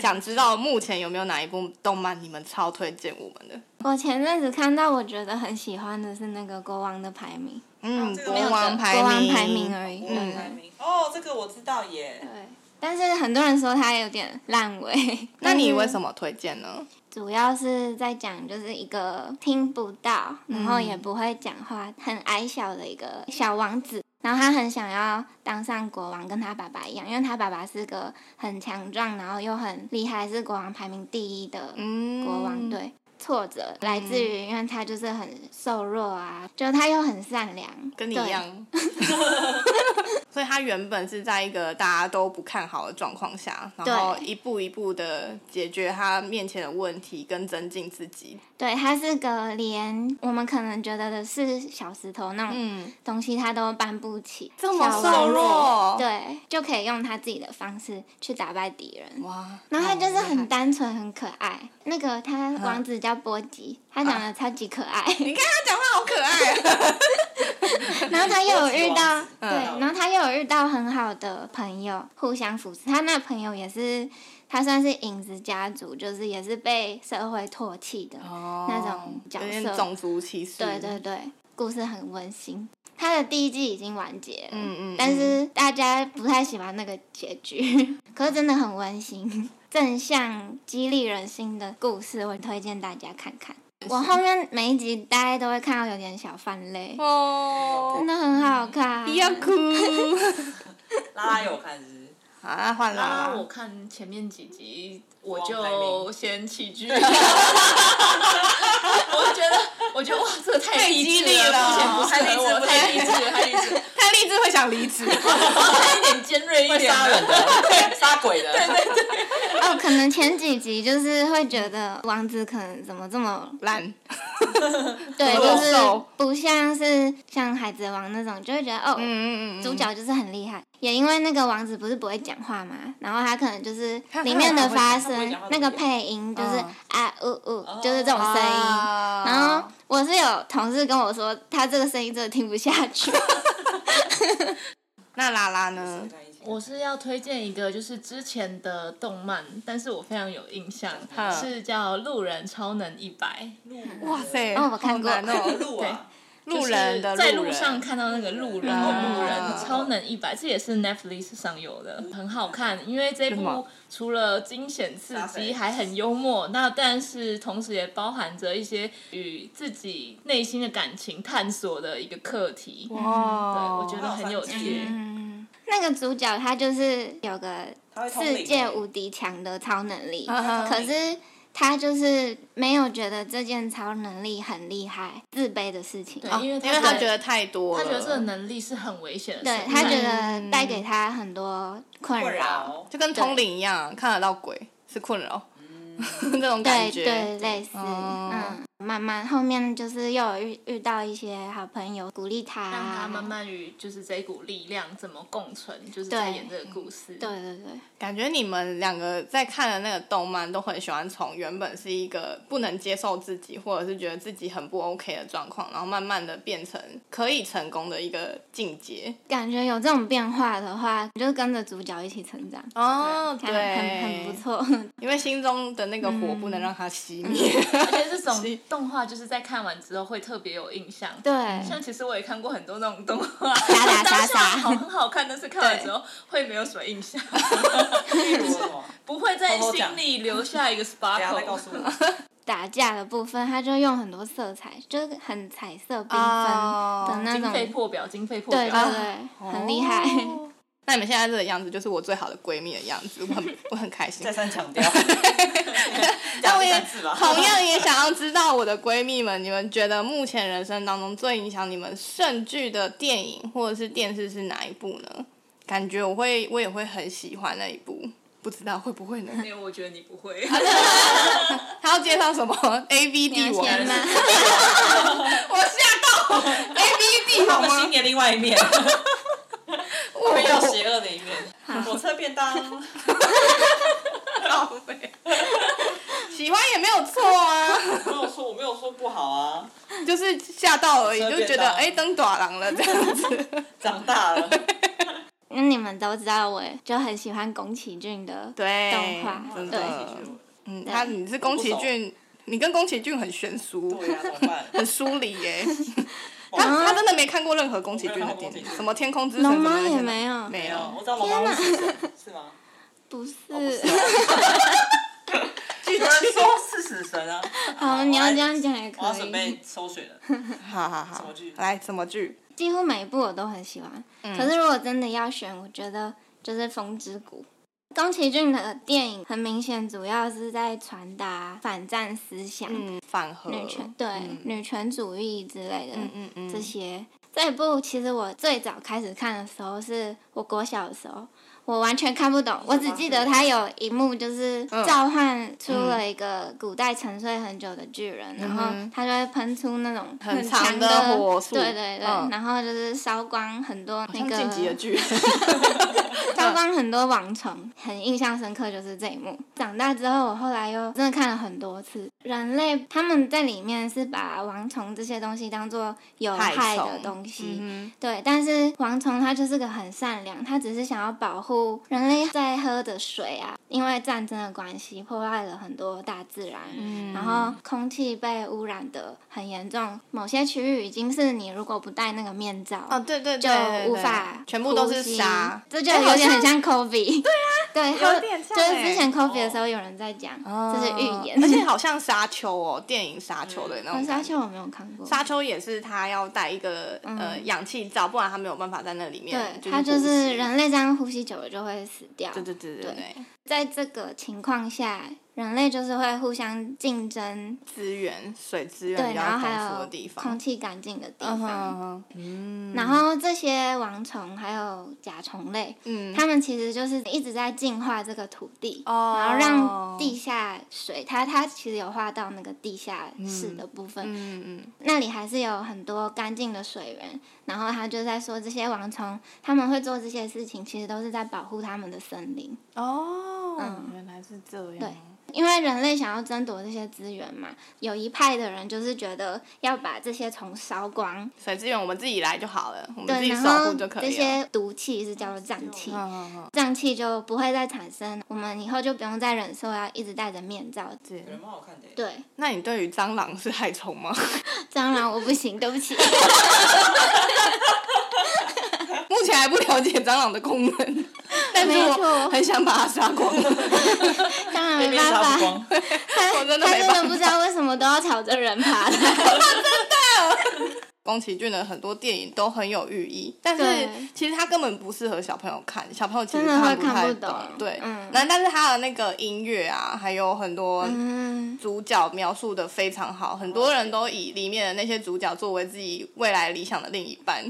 Speaker 2: 想知道目前有没有哪一部动漫你们超推荐我们的？
Speaker 1: 我前阵子看到，我觉得很喜欢的是那个国王的排名，
Speaker 2: 嗯，
Speaker 4: 哦这个
Speaker 2: 国
Speaker 4: 没有
Speaker 2: 王
Speaker 4: 的
Speaker 2: 排
Speaker 1: 国王
Speaker 2: 名，
Speaker 1: 排名啊而已。
Speaker 2: 嗯
Speaker 1: 对
Speaker 4: 哦，这个我知道耶
Speaker 1: 对。。但是很多人说它有点烂尾。
Speaker 2: 那你为
Speaker 1: 么？
Speaker 2: 什么推荐呢？
Speaker 1: 主要是在讲就是一个听不到，然后也不会讲话，很矮小的一个小王子。然后他很想要当上国王，跟他爸爸一样，因为他爸爸是个很强壮，然后又很厉害，是国王排名第一的
Speaker 2: 嗯，
Speaker 1: 国王。，对，挫折来自于因为他就是很瘦弱啊，就他又很善良，
Speaker 2: 嗯跟你
Speaker 1: 对 *laughs*
Speaker 2: 一。样。所以他原本是在一个大家都不看好的状况下，然后
Speaker 1: 对
Speaker 2: 一步一步的解决他面前的问题，跟增进自己。
Speaker 1: 对，他是个连我们可能觉得的是小石头那种
Speaker 2: 嗯，
Speaker 1: 东西，他都搬不起，
Speaker 2: 这么
Speaker 1: 小
Speaker 2: 瘦
Speaker 1: 王子
Speaker 2: 弱，
Speaker 1: 对，就可以用他自己的方式去打败敌人。
Speaker 2: 哇，哦
Speaker 1: 然后他就是
Speaker 2: 好厉害嗯
Speaker 1: 很单纯、很可爱。那个他王子叫波吉，他长得超级可爱。
Speaker 2: *laughs* 你看他讲话好可爱、啊，
Speaker 1: 然后他又有遇到，对，
Speaker 2: 嗯
Speaker 1: 然后他又有遇到很好的朋友，互相扶持。他那朋友也是，他算是影子家族，就是也是被社会唾弃的。
Speaker 2: 哦
Speaker 1: 那种角色
Speaker 2: 有点种族歧视。
Speaker 1: 对对对，故事很温馨。他的第一季已经完结了，
Speaker 2: 嗯，嗯嗯。
Speaker 1: 但是大家不太喜欢那个结局， *laughs* 可是真的很温馨，正向激励人心的故事，我推荐大家看看。
Speaker 2: 嗯
Speaker 1: 我后面每一集大家都会看到有点小泛泪，
Speaker 2: 哦
Speaker 1: 真，的很好看。
Speaker 2: 要哭 *laughs*
Speaker 4: 拉拉有看是不是？
Speaker 2: 好，那换啦
Speaker 3: 啊，我
Speaker 2: 啦。
Speaker 3: 看前面几集，我
Speaker 4: 王牌
Speaker 3: 就
Speaker 4: 名
Speaker 3: 先弃剧。我觉得，我觉得哇，这个太
Speaker 2: 太
Speaker 3: 励
Speaker 2: 激
Speaker 3: 志
Speaker 2: 励了
Speaker 3: 目前不适合我，太
Speaker 4: 太
Speaker 3: 励
Speaker 4: 励
Speaker 3: 志，太励志，
Speaker 2: 太励志会想离
Speaker 1: *laughs*
Speaker 2: 职，
Speaker 3: 差一点尖锐一
Speaker 4: 会
Speaker 3: 点
Speaker 4: 杀人
Speaker 3: 的。
Speaker 4: 的，杀鬼的。对对
Speaker 1: 哦，可能前几集就是会觉得王子可能怎么这么
Speaker 2: 烂。
Speaker 1: 对，
Speaker 2: 怎么
Speaker 1: 就
Speaker 2: 这么
Speaker 1: 是
Speaker 2: 瘦
Speaker 1: 不像是像海贼王那种，就会觉得哦，
Speaker 2: 嗯嗯嗯嗯。
Speaker 1: 主角就是很厉害。也因为那个王子不是不会讲话嘛，然后他可能就是
Speaker 2: 他
Speaker 1: 里面的发
Speaker 4: 他会
Speaker 1: 声
Speaker 4: 讲他，不会讲
Speaker 1: 那个配音就是
Speaker 2: 嗯
Speaker 1: 啊呜呜，就是这种声
Speaker 4: 哦
Speaker 1: 音。
Speaker 2: 啊
Speaker 1: 然后我是有同事跟我说，他这个声音真的听不下
Speaker 4: *laughs*
Speaker 1: 去。
Speaker 2: 那拉拉呢？
Speaker 3: 我是要推荐一个，就是之前的动漫，但是我非常有印象，
Speaker 2: 嗯
Speaker 3: 是叫《路人超能一百》。
Speaker 2: 哇塞，
Speaker 1: 哦我看过
Speaker 2: 好难哦
Speaker 4: 路啊，
Speaker 2: 路人的
Speaker 3: 就是在
Speaker 2: 路
Speaker 3: 路
Speaker 2: 人
Speaker 3: 上看到那个路人，
Speaker 2: 嗯
Speaker 3: 路人
Speaker 2: 嗯
Speaker 3: 超能一百，这也是 Netflix 上有的，很好看。因为这
Speaker 2: 是吗
Speaker 3: 部除了惊险刺
Speaker 4: 搭
Speaker 3: 激，
Speaker 4: 配
Speaker 3: 还很幽默，那但是同时也包含着一些与自己内心的感情探索的一个课题。对，
Speaker 2: 哦，
Speaker 3: 我觉得很有趣。
Speaker 1: 嗯，那个主角他就是有个
Speaker 4: 他会通灵
Speaker 1: 世界无敌强的超能力，
Speaker 2: 嗯
Speaker 1: 可是他就是没有觉得这件超能力很厉害，自卑的事情。
Speaker 3: 对
Speaker 2: 哦，
Speaker 3: 因
Speaker 2: 因
Speaker 3: 为
Speaker 2: 为他
Speaker 3: 他觉得
Speaker 2: 觉得太多
Speaker 3: 他
Speaker 2: 了，
Speaker 3: 觉得这个能力是很危险的
Speaker 1: 对
Speaker 3: 存在，
Speaker 1: 他觉得带
Speaker 2: 嗯
Speaker 1: 给他很多困
Speaker 4: 困
Speaker 1: 扰，
Speaker 4: 扰。
Speaker 2: 就跟通灵一样，看得到鬼是困扰 *laughs* 这种
Speaker 1: 对
Speaker 2: 感觉。
Speaker 1: 对，类似，
Speaker 2: 哦
Speaker 1: 嗯，慢慢后面就是又有遇遇到一些好朋友鼓励
Speaker 2: 嗯
Speaker 1: 他，
Speaker 3: 让他慢，慢与就是这股力量怎么共存，就是
Speaker 1: 对
Speaker 3: 在演这个故事。
Speaker 1: 对对对，
Speaker 2: 感觉你们两个在看的那个动漫都很喜欢从原本是一个不能接受自己，或者是觉得自己很不 OK 的状况，然后慢慢的变成可以成功的一个境界。
Speaker 1: 感觉有这种变化的话，你就跟着主角一起成长，
Speaker 2: 哦，
Speaker 1: 很很很不，错，
Speaker 2: *laughs* 因为心中的那个火不能让它熄灭。 *laughs*
Speaker 3: 而且这种动画就是在看完之后会特别有印象。
Speaker 1: 对，
Speaker 3: 像其实我也看过很多那种动画，
Speaker 1: 打哎 *laughs* 打
Speaker 3: 当
Speaker 1: 杀
Speaker 3: 下
Speaker 1: 杀
Speaker 3: 好很好看，但是看完之后会没有什么印象，
Speaker 4: 例如什么？
Speaker 3: *laughs* 不会在
Speaker 4: 偷偷讲
Speaker 3: 心里留下一个
Speaker 4: 等一下再告
Speaker 3: sparkle。
Speaker 4: 诉我。
Speaker 1: 打架的部分，他就用很多色彩，就是很彩色缤
Speaker 2: 哦
Speaker 1: 纷的那
Speaker 3: 经
Speaker 1: 种，
Speaker 3: 费啊破表，经费破
Speaker 1: 对对
Speaker 3: 表，
Speaker 1: 对，很厉害。
Speaker 3: *laughs*
Speaker 2: 哦那你们现在这个样子，就是我最好的闺蜜的样子，我很我很开心
Speaker 4: 再。三 *laughs* 强调，
Speaker 2: 那
Speaker 4: 讲
Speaker 2: 我
Speaker 4: 第
Speaker 2: 也
Speaker 4: 三
Speaker 1: *laughs*
Speaker 4: 次吧。
Speaker 2: 同样也想要知道我的闺蜜们，你们觉得目前人生当中最影响你们盛剧的电影或者是电视是哪一部呢？感觉我会，我也会很喜欢那一部，不知道会不会呢？
Speaker 3: 没有，我觉得你
Speaker 1: *laughs*
Speaker 3: 不会。
Speaker 1: 哎
Speaker 2: 他要介绍什么 A V
Speaker 1: 你
Speaker 2: 帝
Speaker 1: 要
Speaker 2: 王？
Speaker 1: 先吗？
Speaker 2: 我
Speaker 1: *laughs*
Speaker 2: 吓到 A V 帝
Speaker 4: 他
Speaker 2: 王
Speaker 4: 们
Speaker 2: 吗
Speaker 4: 新？年另外一面，
Speaker 2: 我
Speaker 4: 比较邪恶的一面。火车便 *laughs* 当，
Speaker 2: 到位，喜欢也没有错啊，
Speaker 1: *laughs*
Speaker 4: 没有说我没有说不好啊，
Speaker 2: 就是吓到而已，就觉
Speaker 4: 随便
Speaker 2: 得
Speaker 4: 啦
Speaker 2: 哎登短郎了这
Speaker 1: *laughs*
Speaker 2: 样子。
Speaker 4: 长大了。
Speaker 1: 因为你们都知道，我就很喜欢宫崎骏的
Speaker 2: 对，
Speaker 1: 动画
Speaker 2: 真
Speaker 1: 对
Speaker 2: 的，嗯，他
Speaker 1: 对
Speaker 2: 你是宫崎骏，你跟宫崎骏很悬殊，
Speaker 4: 对呀，啊怎么办？ *laughs*
Speaker 2: 很疏离 *laughs* 耶。
Speaker 4: 我
Speaker 2: 他他真的没看啊过任何宫崎骏的电
Speaker 4: 我没有看过宫崎
Speaker 2: 影，
Speaker 4: 骏
Speaker 2: 什么天空之
Speaker 1: 《
Speaker 2: 城，什
Speaker 1: 龙
Speaker 2: 么
Speaker 1: 猫》
Speaker 2: 那些
Speaker 1: 也
Speaker 2: 的
Speaker 1: 没有，
Speaker 2: 没
Speaker 4: 没有，
Speaker 2: 有
Speaker 4: 我。知道龙猫是死神，是吗？
Speaker 1: 不是。
Speaker 4: 哦不是 *laughs* 啊有人说是死神啊。
Speaker 1: 好，哦你要这样讲也
Speaker 4: 我要
Speaker 1: 可
Speaker 4: 准
Speaker 1: 以
Speaker 4: 备。抽水了。
Speaker 2: *laughs* 好好好
Speaker 4: 什么剧，
Speaker 2: 来什么剧？
Speaker 1: 几乎每一部我都很喜欢，可
Speaker 2: 嗯
Speaker 1: 是如果真的要选，我觉得就是《风之谷》。宫崎骏的电影很明显，主要是在传达反战思想、
Speaker 2: 嗯，反核。
Speaker 1: 女权对、
Speaker 2: 嗯
Speaker 1: 女权主义之类的。
Speaker 2: 嗯嗯嗯，
Speaker 1: 这些。这一部其实我最早开始看的时候是我国小的时候，我完全看不懂，我只记得它有一幕就是
Speaker 2: 嗯
Speaker 1: 召唤出了一个古代沉睡很久的巨人，然后
Speaker 2: 嗯哼
Speaker 1: 它就会喷出那种
Speaker 2: 很
Speaker 1: 强
Speaker 2: 长的
Speaker 1: 的
Speaker 2: 火速
Speaker 1: 对对对，
Speaker 2: 嗯
Speaker 1: 然后就是烧光很多那
Speaker 2: 像晋级的
Speaker 1: 个
Speaker 2: 剧。
Speaker 1: 烧光很多王虫，很印象深刻就是这一幕。长大之后，我后来又真的看了很多次，人类他们在里面是把王虫这些东西当做有
Speaker 2: *laughs* 害
Speaker 1: 害的
Speaker 2: 虫
Speaker 1: 东西，
Speaker 2: 嗯
Speaker 1: 对，但是蝗虫它就是个很善良，它只是想要保护人类在喝的水啊，因为战争的关系破坏了很多大自然，
Speaker 2: 嗯
Speaker 1: 然后空气被污染的很严重，某些区域已经是你如果不戴那个面罩。
Speaker 2: 哦，对对
Speaker 1: 就
Speaker 2: 对对，对
Speaker 1: 无法
Speaker 2: 全部都是
Speaker 1: 呼吸
Speaker 2: 沙，
Speaker 1: 这就
Speaker 2: 哎
Speaker 1: 有点很。像 COVID。对啊， *laughs* 对，
Speaker 2: 有
Speaker 1: 它
Speaker 2: 点像
Speaker 1: 就是
Speaker 2: 欸
Speaker 1: 之前 COVID 的时候有人在讲，
Speaker 2: 好
Speaker 1: 这是
Speaker 2: 像
Speaker 1: 预言。
Speaker 2: 哦而且好像沙丘哦，电影沙丘的那
Speaker 1: 哦
Speaker 2: 种
Speaker 1: 沙
Speaker 2: 感觉。
Speaker 1: 丘我没有看过，
Speaker 2: 沙丘也是他要带一个呃
Speaker 1: 嗯
Speaker 2: 氧气罩，不然他没有办法在那里面。
Speaker 1: 对，它就
Speaker 2: 呼吸
Speaker 1: 是。人类这样呼吸久了就会死掉。
Speaker 2: 对对对对
Speaker 1: 对
Speaker 2: 对，
Speaker 1: 在这个情况下，人类就是会互相竞争，
Speaker 2: 资源、水资源
Speaker 1: 对，
Speaker 2: 比
Speaker 1: 然
Speaker 2: 较
Speaker 1: 后还
Speaker 2: 丰富的
Speaker 1: 有
Speaker 2: 地方。
Speaker 1: 空气干净的地
Speaker 2: 嗯哼
Speaker 1: 方。
Speaker 2: 嗯哼嗯
Speaker 1: 然后这些王虫还有甲虫类，
Speaker 2: 嗯，
Speaker 1: 它们其实就是一直在净化这个土地，
Speaker 2: 哦
Speaker 1: 然后让地下水，它它其实有画到那个地下室的部分，
Speaker 2: 嗯嗯
Speaker 1: 那里还是有很多干净的水源。然后他就在说，这些王虫他们会做这些事情，其实都是在保护他们的森林。
Speaker 2: 哦，
Speaker 1: 嗯
Speaker 2: 原来是这样。
Speaker 1: 对因为人类想要争夺这些资源嘛，有一派的人就是觉得要把这些虫烧光，
Speaker 2: 水资源我们自己来就好了，我们自
Speaker 1: 对，
Speaker 2: 己
Speaker 1: 然
Speaker 2: 守
Speaker 1: 后
Speaker 2: 护就可
Speaker 1: 这
Speaker 2: 以了。
Speaker 1: 些毒气是哦叫做瘴气，
Speaker 2: 嗯嗯嗯，
Speaker 1: 瘴气就不会再产生，我们以后就不用再忍受要一直戴着面罩。
Speaker 2: 是
Speaker 4: 人蛮好看的耶。
Speaker 1: 对，
Speaker 2: 那你对于蟑螂是害虫吗？ *laughs*
Speaker 1: 蟑螂我不行，对不 *laughs* 起。
Speaker 2: 目前还不了解蟑螂的功能， *laughs* 但是
Speaker 1: 没
Speaker 2: 我
Speaker 1: 错
Speaker 2: 很想把它杀光，
Speaker 1: 蟑螂
Speaker 4: 被
Speaker 1: 没
Speaker 4: 面
Speaker 1: 办
Speaker 4: 杀
Speaker 1: 法
Speaker 4: 不，
Speaker 1: *laughs*
Speaker 4: 光，
Speaker 2: 我真的
Speaker 1: 它
Speaker 2: 没
Speaker 1: 真
Speaker 2: 办
Speaker 1: 的
Speaker 2: 法。
Speaker 1: 不知道为什么都要朝着人爬的。
Speaker 2: 宫崎骏的很多电影都很有寓意，但是
Speaker 1: 对
Speaker 2: 其实他根本不适合小朋友看，小朋友其实
Speaker 1: 真的会
Speaker 2: 不太
Speaker 1: 看不
Speaker 2: 懂
Speaker 1: 懂。
Speaker 2: 对，
Speaker 1: 嗯
Speaker 2: 那、但是他的那个音乐啊，还有很多
Speaker 1: 嗯，
Speaker 2: 主角描述的非常好，很多人都以里面的那些主角作为自己未来理想的另一半。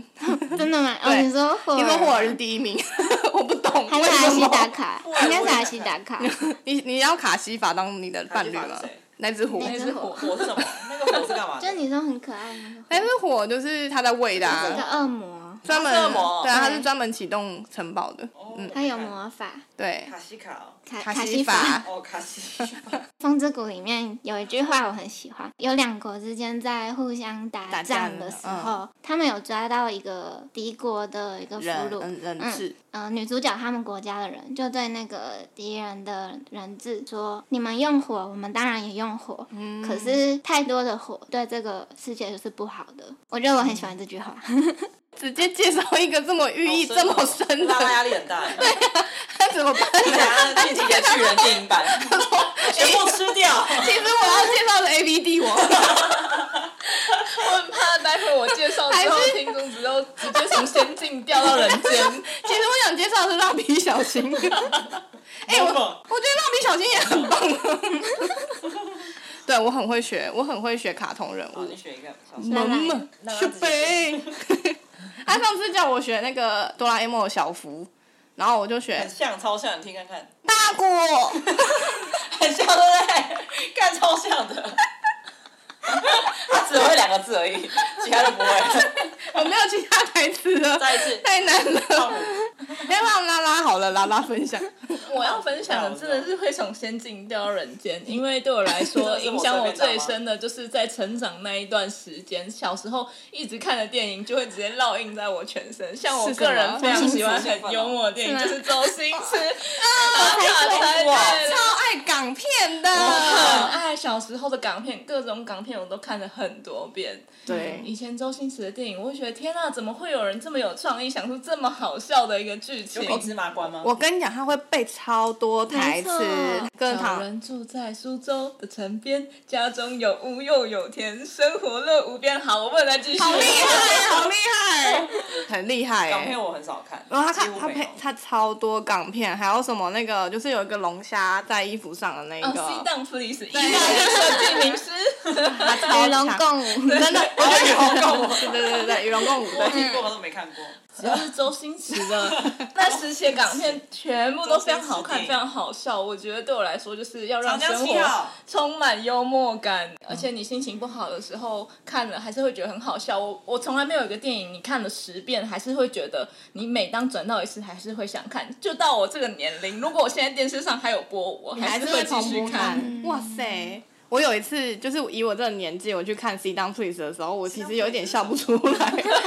Speaker 1: 真的吗？哦，
Speaker 2: 对
Speaker 1: 你说霍尔？
Speaker 2: 听说霍尔是第一名， *laughs* 我不懂
Speaker 1: 还
Speaker 2: 为
Speaker 1: 是阿
Speaker 2: 什
Speaker 1: 西达
Speaker 2: 么。 *laughs*
Speaker 1: 卡？
Speaker 4: 霍尔
Speaker 1: 应该是阿西达卡。 *laughs*
Speaker 2: 你你要卡西法当你的伴侣
Speaker 4: 卡西法
Speaker 2: 吗
Speaker 4: 是谁？
Speaker 2: *laughs* 那只火，
Speaker 1: 那
Speaker 3: 那
Speaker 1: 只
Speaker 3: 是
Speaker 1: 火
Speaker 3: 火，
Speaker 4: *laughs* 火是什么？那个火是干嘛
Speaker 1: 就
Speaker 4: 的？
Speaker 1: 你说很可爱那个霍尔，
Speaker 2: 那只火就是他在喂的、
Speaker 1: 这个
Speaker 2: 啊，
Speaker 1: 恶魔，
Speaker 2: 专门
Speaker 4: 它是恶魔
Speaker 2: 对啊，他
Speaker 1: 对
Speaker 2: 是专门启动城堡的。
Speaker 4: 哦
Speaker 2: 嗯，
Speaker 1: 它有魔法。
Speaker 2: 对，
Speaker 4: 卡西卡哦
Speaker 1: 卡
Speaker 2: 卡
Speaker 1: 卡
Speaker 2: 西
Speaker 1: 西
Speaker 2: 法
Speaker 1: 法。
Speaker 4: 哦，卡 *laughs* 西法。
Speaker 1: 《风之谷》里面有一句话我很喜欢，有两国之间在互相
Speaker 2: 打
Speaker 1: 打
Speaker 2: 架
Speaker 1: 仗的
Speaker 2: 呢
Speaker 1: 时
Speaker 2: 嗯
Speaker 1: 候，他们有抓到一个敌国的一个俘
Speaker 2: 人
Speaker 1: 虏，
Speaker 2: 人人
Speaker 1: 嗯
Speaker 2: 质。
Speaker 1: 呃，女主角他们国家的人就对那个敌人的人质说：“你们用火，我们当然也用火，
Speaker 2: 嗯
Speaker 1: 可是太多的火对这个世界就是不好的。”我觉得我很喜欢这句话，
Speaker 2: 嗯直接介绍一个这么寓意
Speaker 4: 好
Speaker 2: 这
Speaker 4: 深哦啊
Speaker 2: 么深的，
Speaker 4: *laughs* 拉拉压力很大耶。
Speaker 2: 他怎么办呢？
Speaker 4: 进击的巨人电影版， *laughs* 全部吃 *laughs* 掉。
Speaker 2: *laughs* 其实我要介绍的 A B D 王，
Speaker 3: *laughs* 我很怕待会我介绍之后，听众只有直接从仙境掉到人
Speaker 2: *laughs*
Speaker 3: 间。
Speaker 2: 其实我想介绍的是蜡笔小 *laughs* 新。哎、我我觉得蜡笔小新也很棒。哦对，我很会学，我很会学卡通人
Speaker 4: 好，
Speaker 2: 物
Speaker 4: 你。选一个。
Speaker 1: 来 *laughs*
Speaker 2: 萌萌
Speaker 4: 那
Speaker 2: 小
Speaker 4: 那
Speaker 2: 贝， *laughs* 他上次叫我学那个哆啦 A 梦的小福，然后我就学
Speaker 4: 很像，超像，你听看 *laughs* 看，
Speaker 2: 大果，
Speaker 4: 很像对不对？看超像的。 *laughs* 他只会两个字而已，其他都不 *laughs* 会。
Speaker 2: *laughs* 我没有其他台词了，
Speaker 4: 再一次，
Speaker 2: 太难了。
Speaker 4: 胖虎
Speaker 2: 哦要不然拉拉好了，拉拉分享。
Speaker 3: 我要分享的真的是会从仙境掉到人间，因为对我来说
Speaker 4: 这是我
Speaker 3: 影响我最深的就是在成长那一段时间，小时候一直看的电影就会直接烙印在我全身。像我
Speaker 2: 是什么
Speaker 3: 个人非常喜欢
Speaker 4: 周星驰
Speaker 3: 很幽默的电影，
Speaker 1: 是吗
Speaker 3: 就是周星驰啊，
Speaker 4: 哇
Speaker 2: 超爱港片
Speaker 3: 很
Speaker 2: 的，
Speaker 3: 爱小时候的港片，各种港片我都看了很多遍。
Speaker 2: 对，
Speaker 3: 以前周星驰的电影，我会觉得天啊呐，怎么会有人这么有创意，想出这么好笑的一个剧情
Speaker 4: 有？比芝麻官吗？
Speaker 2: 我跟你讲，他会背超多台词
Speaker 1: 没错，
Speaker 2: 跟
Speaker 3: 小
Speaker 2: 唐
Speaker 3: 人住在苏州的城边，家中有屋又有田，生活乐无边。好，我不能再继续了。哦
Speaker 2: 好厉害，好厉害，很厉害
Speaker 4: 港片
Speaker 2: 欸。
Speaker 4: 我很少看，
Speaker 2: 然后他
Speaker 4: 几
Speaker 2: 看
Speaker 4: 乎
Speaker 2: 他
Speaker 4: 没
Speaker 2: 配
Speaker 4: 有。
Speaker 2: 他超多港片，还有什么那个就是有一个龙虾在衣服上的那
Speaker 3: 哦！
Speaker 2: 个
Speaker 3: 西，藏弗里斯，意大利设计名师，
Speaker 2: 他超
Speaker 1: 与龙
Speaker 2: 强， *laughs*
Speaker 1: 共舞，
Speaker 2: 真的，我觉得与龙共舞，*laughs*
Speaker 4: 嗯
Speaker 2: 对对对对，与龙共舞，
Speaker 4: 我
Speaker 2: 对，
Speaker 4: 听过，我都没看过。
Speaker 3: *laughs* 只要是周星驰的 *laughs* 那时期的港片，全部 *laughs* 都非常好看，
Speaker 4: 周星驰电影
Speaker 3: 非常好笑。我觉得对我来说，就是要让
Speaker 4: 长江
Speaker 3: 生
Speaker 4: 七
Speaker 3: 活
Speaker 4: 号，
Speaker 3: 充满幽默感，而且你心情不好的时候看了还是会觉得很好笑。我我从来没有一个电影你看了十遍还是会觉得你每当转到一次还是会想看。就到我这个年龄，如果我现在电视上还有播，我还是会继续看。
Speaker 2: 哇塞！我有一次，就是以我这个年纪，我去看《C Down Please》的时候，我其实有一点笑不 *laughs* 出来。我觉得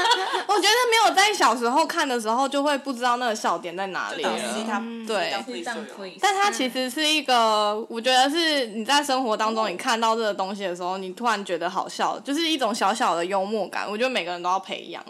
Speaker 2: 没有在小时候看的时候，就会不知道那个笑点在哪里
Speaker 4: 就当
Speaker 2: 了。
Speaker 4: 他
Speaker 2: 对
Speaker 3: 西藏可以，
Speaker 2: 但它其实是一个，我觉得是你在生活当中你看到这个东西的时候，你突然觉得好笑，就是一种小小的幽默感。我觉得每个人都要培养。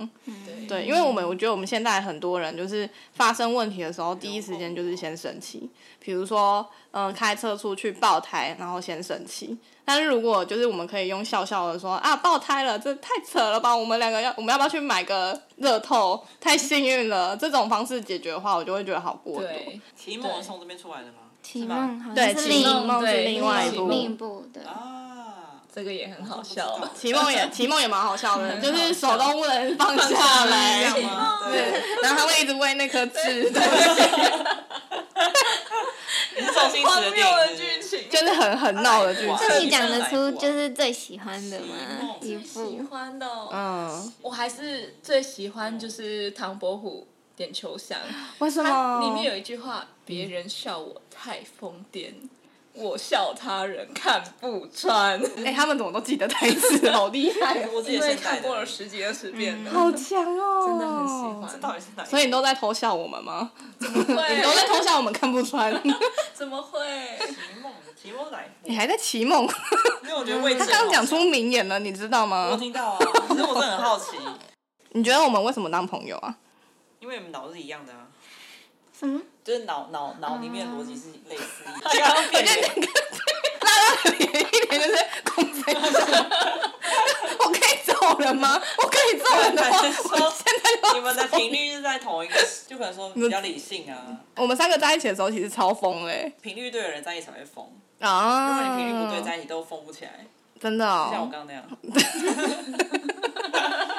Speaker 2: 对，因为我们我觉得我们现在很多人就是发生问题的时候，第一时间就是先生气，比如说嗯、呃开车出去爆胎，然后先生气。但是如果就是我们可以用笑笑的说啊爆胎了，这太扯了吧，我们两个要我们要不要去买个乐透？太幸运了，这种方式解决的话，我就会觉得好过多。
Speaker 3: 对，
Speaker 4: 题目是从这边出来的吗？
Speaker 1: 启
Speaker 4: 题
Speaker 1: 梦好
Speaker 2: 对，
Speaker 1: 像是
Speaker 2: 启
Speaker 1: 另
Speaker 2: 梦是
Speaker 3: 对
Speaker 2: 另外一
Speaker 3: 启
Speaker 2: 部，哦
Speaker 1: 另一部对，
Speaker 4: 啊，
Speaker 3: 这个也很好笑。
Speaker 2: 启梦也启梦也蛮好笑的，
Speaker 3: 很
Speaker 2: 就是手
Speaker 3: 好笑
Speaker 2: 都不能放下
Speaker 3: 下
Speaker 2: 来
Speaker 3: 来，
Speaker 4: 这样吗？对，
Speaker 2: 然后他会一直喂那颗痣，
Speaker 4: 你是周星驰
Speaker 3: 荒
Speaker 4: 的
Speaker 3: 谬
Speaker 4: 电
Speaker 3: 的
Speaker 4: 影
Speaker 3: 剧
Speaker 4: 是不是。
Speaker 3: 情，
Speaker 2: 就是很很闹的剧
Speaker 4: 哇
Speaker 2: 情。
Speaker 1: 那你讲得出就是最喜欢的
Speaker 4: 启
Speaker 1: 吗
Speaker 4: 梦？
Speaker 1: 一
Speaker 3: 喜
Speaker 1: 部
Speaker 3: 欢的哦、
Speaker 2: 嗯，
Speaker 3: 我还是最喜欢就是唐伯虎点秋香，
Speaker 2: 为什么？
Speaker 3: 它里面有一句话：“别人笑我太疯癫，我笑他人看不穿。哎
Speaker 2: 哎、他们怎么都记得台 *laughs* 词，好厉害哦，
Speaker 4: 我”自己
Speaker 3: 嗯因
Speaker 4: 也
Speaker 3: 为
Speaker 4: 是代
Speaker 3: 看嗯
Speaker 4: 的
Speaker 3: 过了十几二十遍了，
Speaker 2: 好强哦，
Speaker 3: 真的很喜
Speaker 4: *laughs* 到
Speaker 3: 欢。
Speaker 4: 底是哪一个？
Speaker 2: 所以你都在偷笑我们吗？你都在
Speaker 3: 会？
Speaker 2: 偷笑我们看不穿，
Speaker 3: 怎么会？
Speaker 4: 题目，题目是哪一部？
Speaker 2: *laughs* 你还在奇梦？
Speaker 4: 因为我觉得魏
Speaker 2: 哎他
Speaker 4: 征
Speaker 2: 刚刚讲出名言了，你知道
Speaker 4: 我
Speaker 2: 吗？
Speaker 4: 听到啊，可是我真的很好奇，
Speaker 2: 你觉得我们为什么当朋友 *laughs* 啊？
Speaker 4: 因为我们脑是一样的
Speaker 2: *laughs*
Speaker 4: 啊，
Speaker 1: 什么？
Speaker 4: 就是脑脑脑里面的逻辑是类似
Speaker 2: 哦
Speaker 4: 的。他刚刚变脸，
Speaker 2: 一点就是公费。我可以走人吗？我可以走人的话，
Speaker 4: 反正
Speaker 2: 我
Speaker 4: 说
Speaker 2: 现在就
Speaker 4: 你们的频率是在同一个，就可能说比较理性
Speaker 2: *laughs*
Speaker 4: 啊，
Speaker 2: 我们三个在一起的时候，其实超疯欸嘞、
Speaker 4: 频率对的人在一起才会
Speaker 2: 嗯
Speaker 4: 疯，如果
Speaker 2: 啊！
Speaker 4: 你频率不对，在一起都疯不起来，
Speaker 2: 真的
Speaker 4: 就像我
Speaker 2: 哦，
Speaker 4: 刚刚那样。 *laughs*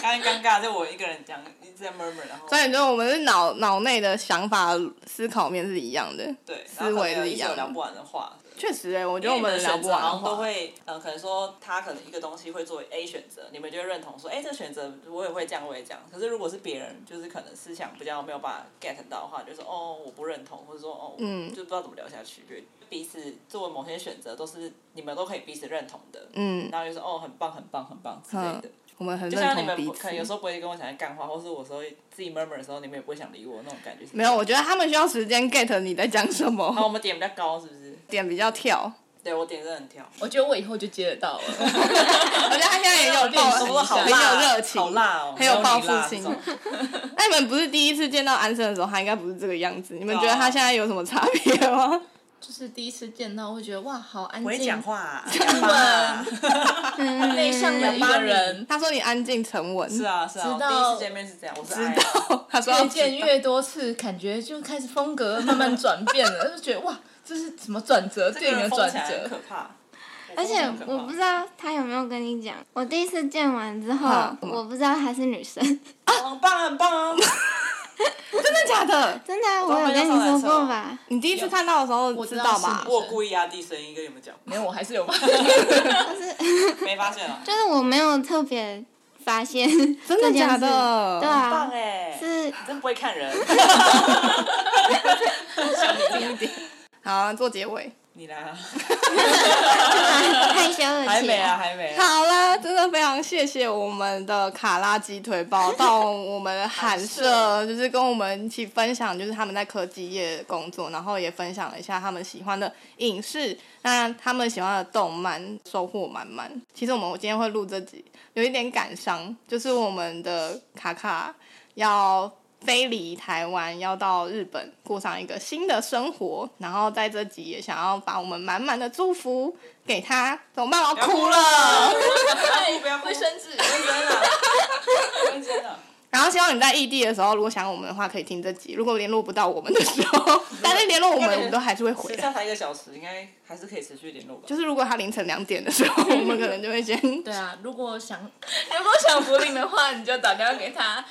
Speaker 4: 刚刚尴尬，就我一个人讲，一直在 murmur，然后
Speaker 2: 所以就我们是脑脑内的想法、思考面是一样的。
Speaker 4: 对，
Speaker 2: 思
Speaker 4: 然后可
Speaker 2: 维啊
Speaker 4: 能有
Speaker 2: 是
Speaker 4: 一
Speaker 2: 一
Speaker 4: 直有
Speaker 2: 样的
Speaker 4: 聊不完的话。
Speaker 2: 确实、哎，我觉得
Speaker 4: 因为
Speaker 2: 我
Speaker 4: 你们
Speaker 2: 们
Speaker 4: 的
Speaker 2: 聊
Speaker 4: 选
Speaker 2: 不
Speaker 4: 择
Speaker 2: 完
Speaker 4: 好
Speaker 2: 的
Speaker 4: 像都
Speaker 2: 话，
Speaker 4: 会，呃，可能说他可能一个东西会作为 A 选择，你们就会认同说，哎、这选择我也会这样，我也这样。可是如果是别人，就是可能思想比较没有办法 get 到的话，就说哦，我不认同，或者说哦，
Speaker 2: 嗯
Speaker 4: 就不知道怎么聊下去。就彼此作为某些选择，都是你们都可以彼此认同的，
Speaker 2: 嗯，
Speaker 4: 然后就说哦，很棒，很棒，很棒之类的。
Speaker 2: 我们很
Speaker 4: 就
Speaker 2: 认
Speaker 4: 像你
Speaker 2: 同
Speaker 4: 们
Speaker 2: 彼
Speaker 4: 不可能有时
Speaker 2: 此。
Speaker 4: 候不会跟我讲在干话，或是我说自己 murmur 的时候，你们也不会想理我那种感觉。
Speaker 2: 没有，我觉得他们需要时间 get 你在讲什
Speaker 4: 好，我
Speaker 2: 么，
Speaker 4: 们点比较高，是不是？ *laughs*
Speaker 2: 点比较跳。
Speaker 4: 对我点真的很挑，
Speaker 3: 我觉得我以后就接得到了。
Speaker 2: 而且他现
Speaker 4: *laughs*
Speaker 2: 在也有
Speaker 3: 练
Speaker 2: 报 *laughs*
Speaker 3: 习一下
Speaker 2: 很有热情，
Speaker 4: 好辣哦，
Speaker 2: 很有报复
Speaker 4: 这种
Speaker 2: *laughs* 那你们不是第一次见到安生的时候，他应该不是这个样子。你们觉得
Speaker 4: 啊
Speaker 2: 他现在有什么差别
Speaker 4: *laughs*
Speaker 2: 吗？
Speaker 3: *laughs* 就是第一次见到，会觉得哇，好安
Speaker 4: 不会
Speaker 3: 静
Speaker 4: 讲、 *laughs* 话，啊
Speaker 3: 沉稳、
Speaker 1: 嗯
Speaker 3: 内向的一个人。
Speaker 2: 他说你安静沉稳， *laughs*
Speaker 4: 是啊是啊，
Speaker 3: 直
Speaker 4: 我
Speaker 3: 到
Speaker 4: 第一次见面是这样，我是
Speaker 2: 知
Speaker 4: 爱啊，
Speaker 2: 道。他说
Speaker 3: 越见越多次，感觉就开始风格慢慢转变了，就觉得哇，这是什么转折
Speaker 4: 这
Speaker 3: 点
Speaker 4: 个
Speaker 3: 的
Speaker 4: 人
Speaker 3: 转
Speaker 4: 疯起来很可
Speaker 3: 折？
Speaker 4: 怕。
Speaker 1: 而且我不知道他有没有跟你讲，我第一次见完之后
Speaker 2: 嗯，
Speaker 1: 我不知道她是女生，
Speaker 4: 道，很棒很棒啊， *laughs*
Speaker 2: 真的假的？
Speaker 1: 真的啊，
Speaker 4: 我
Speaker 1: 我有
Speaker 4: 们
Speaker 1: 跟
Speaker 4: 要上来
Speaker 1: 你说
Speaker 4: 的时候
Speaker 1: 过吧？
Speaker 2: 你第一次看到的时候
Speaker 3: 我知道
Speaker 2: 道吧 *laughs*
Speaker 3: 是？
Speaker 4: 我有故意压低声音跟你们讲，
Speaker 3: 没有，我还 *laughs* 是有吧。
Speaker 4: 没发现
Speaker 2: *laughs*
Speaker 4: 啊，
Speaker 1: 就是我没有特别发现
Speaker 2: 真
Speaker 1: 这
Speaker 2: 的
Speaker 1: 件
Speaker 2: 假
Speaker 1: 事
Speaker 2: 的？
Speaker 1: 对
Speaker 4: 很棒
Speaker 1: 啊，
Speaker 4: 哎，
Speaker 1: 是
Speaker 4: 你真不会
Speaker 2: *laughs*
Speaker 4: 看人，
Speaker 2: 好，做结尾。
Speaker 4: 你来啊，
Speaker 1: 害羞了
Speaker 4: 还
Speaker 1: 起
Speaker 4: 没啊
Speaker 1: 来。
Speaker 4: 还没啊，
Speaker 2: 好啦，真的非常谢谢我们的卡拉鸡腿堡到我们的韩社，就是跟我们一起分享，就是他们在科技业工作，然后也分享了一下他们喜欢的影视，那他们喜欢的动漫，收获满满。其实我们今天会录这集，有一点感伤，就是我们的卡卡要飞离台湾，要到日本过上一个新的生活，然后在这集也想要把我们满满的祝福给他。怎么办？我要哭了。
Speaker 4: 不要哭
Speaker 3: 卫生纸，
Speaker 4: 认真啊，认真
Speaker 2: *laughs*
Speaker 4: 啊，
Speaker 2: 然后希望你在异地的时候，如果想我们的话，可以听这集。如果联络不到我们的时
Speaker 3: *laughs*
Speaker 2: 候，但是联络我们，我们都还是会回
Speaker 4: 这
Speaker 2: 的。
Speaker 3: 啊
Speaker 4: 样才一个小时，应该还是可以持续联络吧。
Speaker 2: 啊就是如果他凌晨两点的时候，我们可能就
Speaker 3: *laughs*
Speaker 2: 会先
Speaker 3: 对啊，如果想 *laughs* 如果想福林的话，你就打电话给他。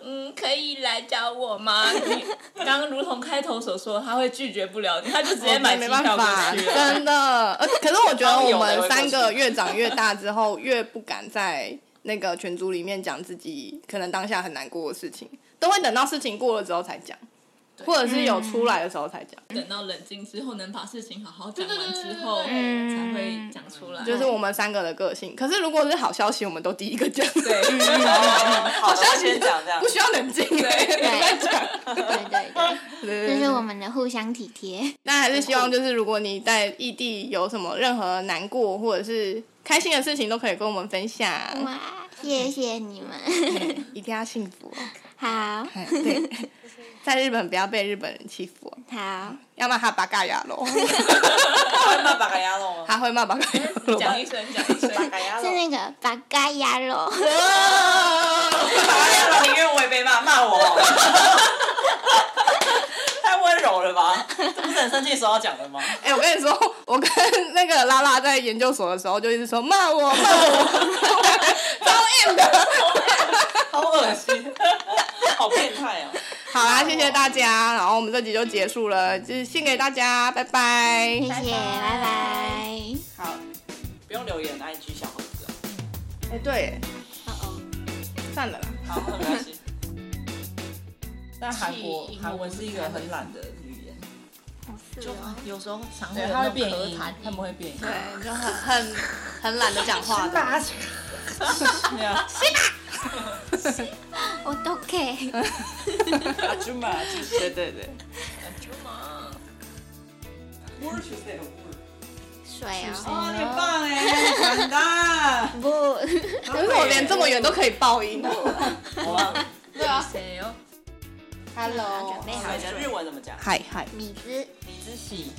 Speaker 3: 嗯，可以来找我吗？你刚刚如同开头所说，他会拒绝不了你，他就直接买机
Speaker 2: 哦没办
Speaker 3: 票过
Speaker 2: 法，
Speaker 3: 去啊了。
Speaker 2: 真的。呃，可是我觉得我
Speaker 4: 他们有的
Speaker 2: 们
Speaker 4: 会
Speaker 2: 三
Speaker 4: 过
Speaker 2: 个
Speaker 4: 去
Speaker 2: 越长越大之后，越不敢在那个群组里面讲自己可能当下很难过的事情，都会等到事情过了之后才讲，或者是有出来的时候才讲。
Speaker 3: 等到冷静之后，能把事情好好讲
Speaker 2: 对
Speaker 3: 完
Speaker 2: 对对
Speaker 3: 之后，
Speaker 2: 对
Speaker 1: 对
Speaker 3: 才会讲出来。
Speaker 2: 嗯就是我们三个的个性。可是如果是好消息，我们都第一个讲，
Speaker 3: 对，啊
Speaker 4: 好，那先讲这
Speaker 2: *laughs*
Speaker 4: 样
Speaker 2: 不。需要冷静， *laughs*
Speaker 1: 对
Speaker 2: 讲。
Speaker 1: 对对对，
Speaker 2: 对
Speaker 1: 这是我们的互相体贴。
Speaker 2: 那还是希望就是如果你在异地有什么任何难过或者是开心的事情，都可以跟我们分享，
Speaker 1: 哇，谢谢你们。
Speaker 2: *laughs* 一定要幸福、哦。
Speaker 1: 好
Speaker 2: 哎对，在日本不要被日本人欺负、哦，
Speaker 1: 好，
Speaker 2: 要骂他八嘎呀 *laughs* 喽，
Speaker 4: 他会骂八嘎鸭喽吗？
Speaker 2: 他会骂八嘎呀喽。
Speaker 3: 讲一声，讲一声。 *laughs*
Speaker 4: 八嘎鸭
Speaker 1: 是那个巴嘎鸭肉。
Speaker 4: 八嘎鸭喽，宁愿我也被骂，骂我。 *laughs* 太温柔了吧？这不是很生气的时候要讲的吗？
Speaker 2: *laughs* 哎、我跟你说，我跟那个拉拉在研究所的时候，就一直说骂我骂 *laughs* 我，超硬的。
Speaker 4: 好恶心， *laughs* 好变态哦！
Speaker 2: 好啦，谢谢大家，然后我们这集就结束了，就是献给大家，拜嗯拜
Speaker 1: 谢。谢，拜拜。
Speaker 4: 好，不用留言，IG 小盒子哦。
Speaker 2: 哎、对，
Speaker 1: 哦哦。
Speaker 2: 算了啦。
Speaker 4: 好，没关系。 *laughs* 但韩国韩文是一个很懒的语言，
Speaker 1: 不是
Speaker 3: 就
Speaker 1: 哦
Speaker 3: 啊有时候常会有
Speaker 4: 对，它
Speaker 3: 那
Speaker 4: 会
Speaker 3: 种
Speaker 4: 变
Speaker 3: 咳
Speaker 4: 音
Speaker 3: 痰，
Speaker 4: 他们会变音。
Speaker 2: 对，就很很很懒得讲话的。
Speaker 4: *laughs*
Speaker 2: *laughs*
Speaker 4: 对啊，
Speaker 1: 我都可以。
Speaker 4: 阿朱玛，就是
Speaker 2: 对对对，
Speaker 4: 不是谁有不是？
Speaker 1: 水哦。
Speaker 4: 哦，你很棒哎，很大。
Speaker 1: 不，
Speaker 2: 可是我连这么远都可以爆音的。
Speaker 4: 好了，
Speaker 2: 对啊
Speaker 3: 谁哦？
Speaker 1: 好准备好
Speaker 4: 哎那日文怎么讲？
Speaker 2: 嗨嗨，
Speaker 1: 米子。
Speaker 4: 你之喜，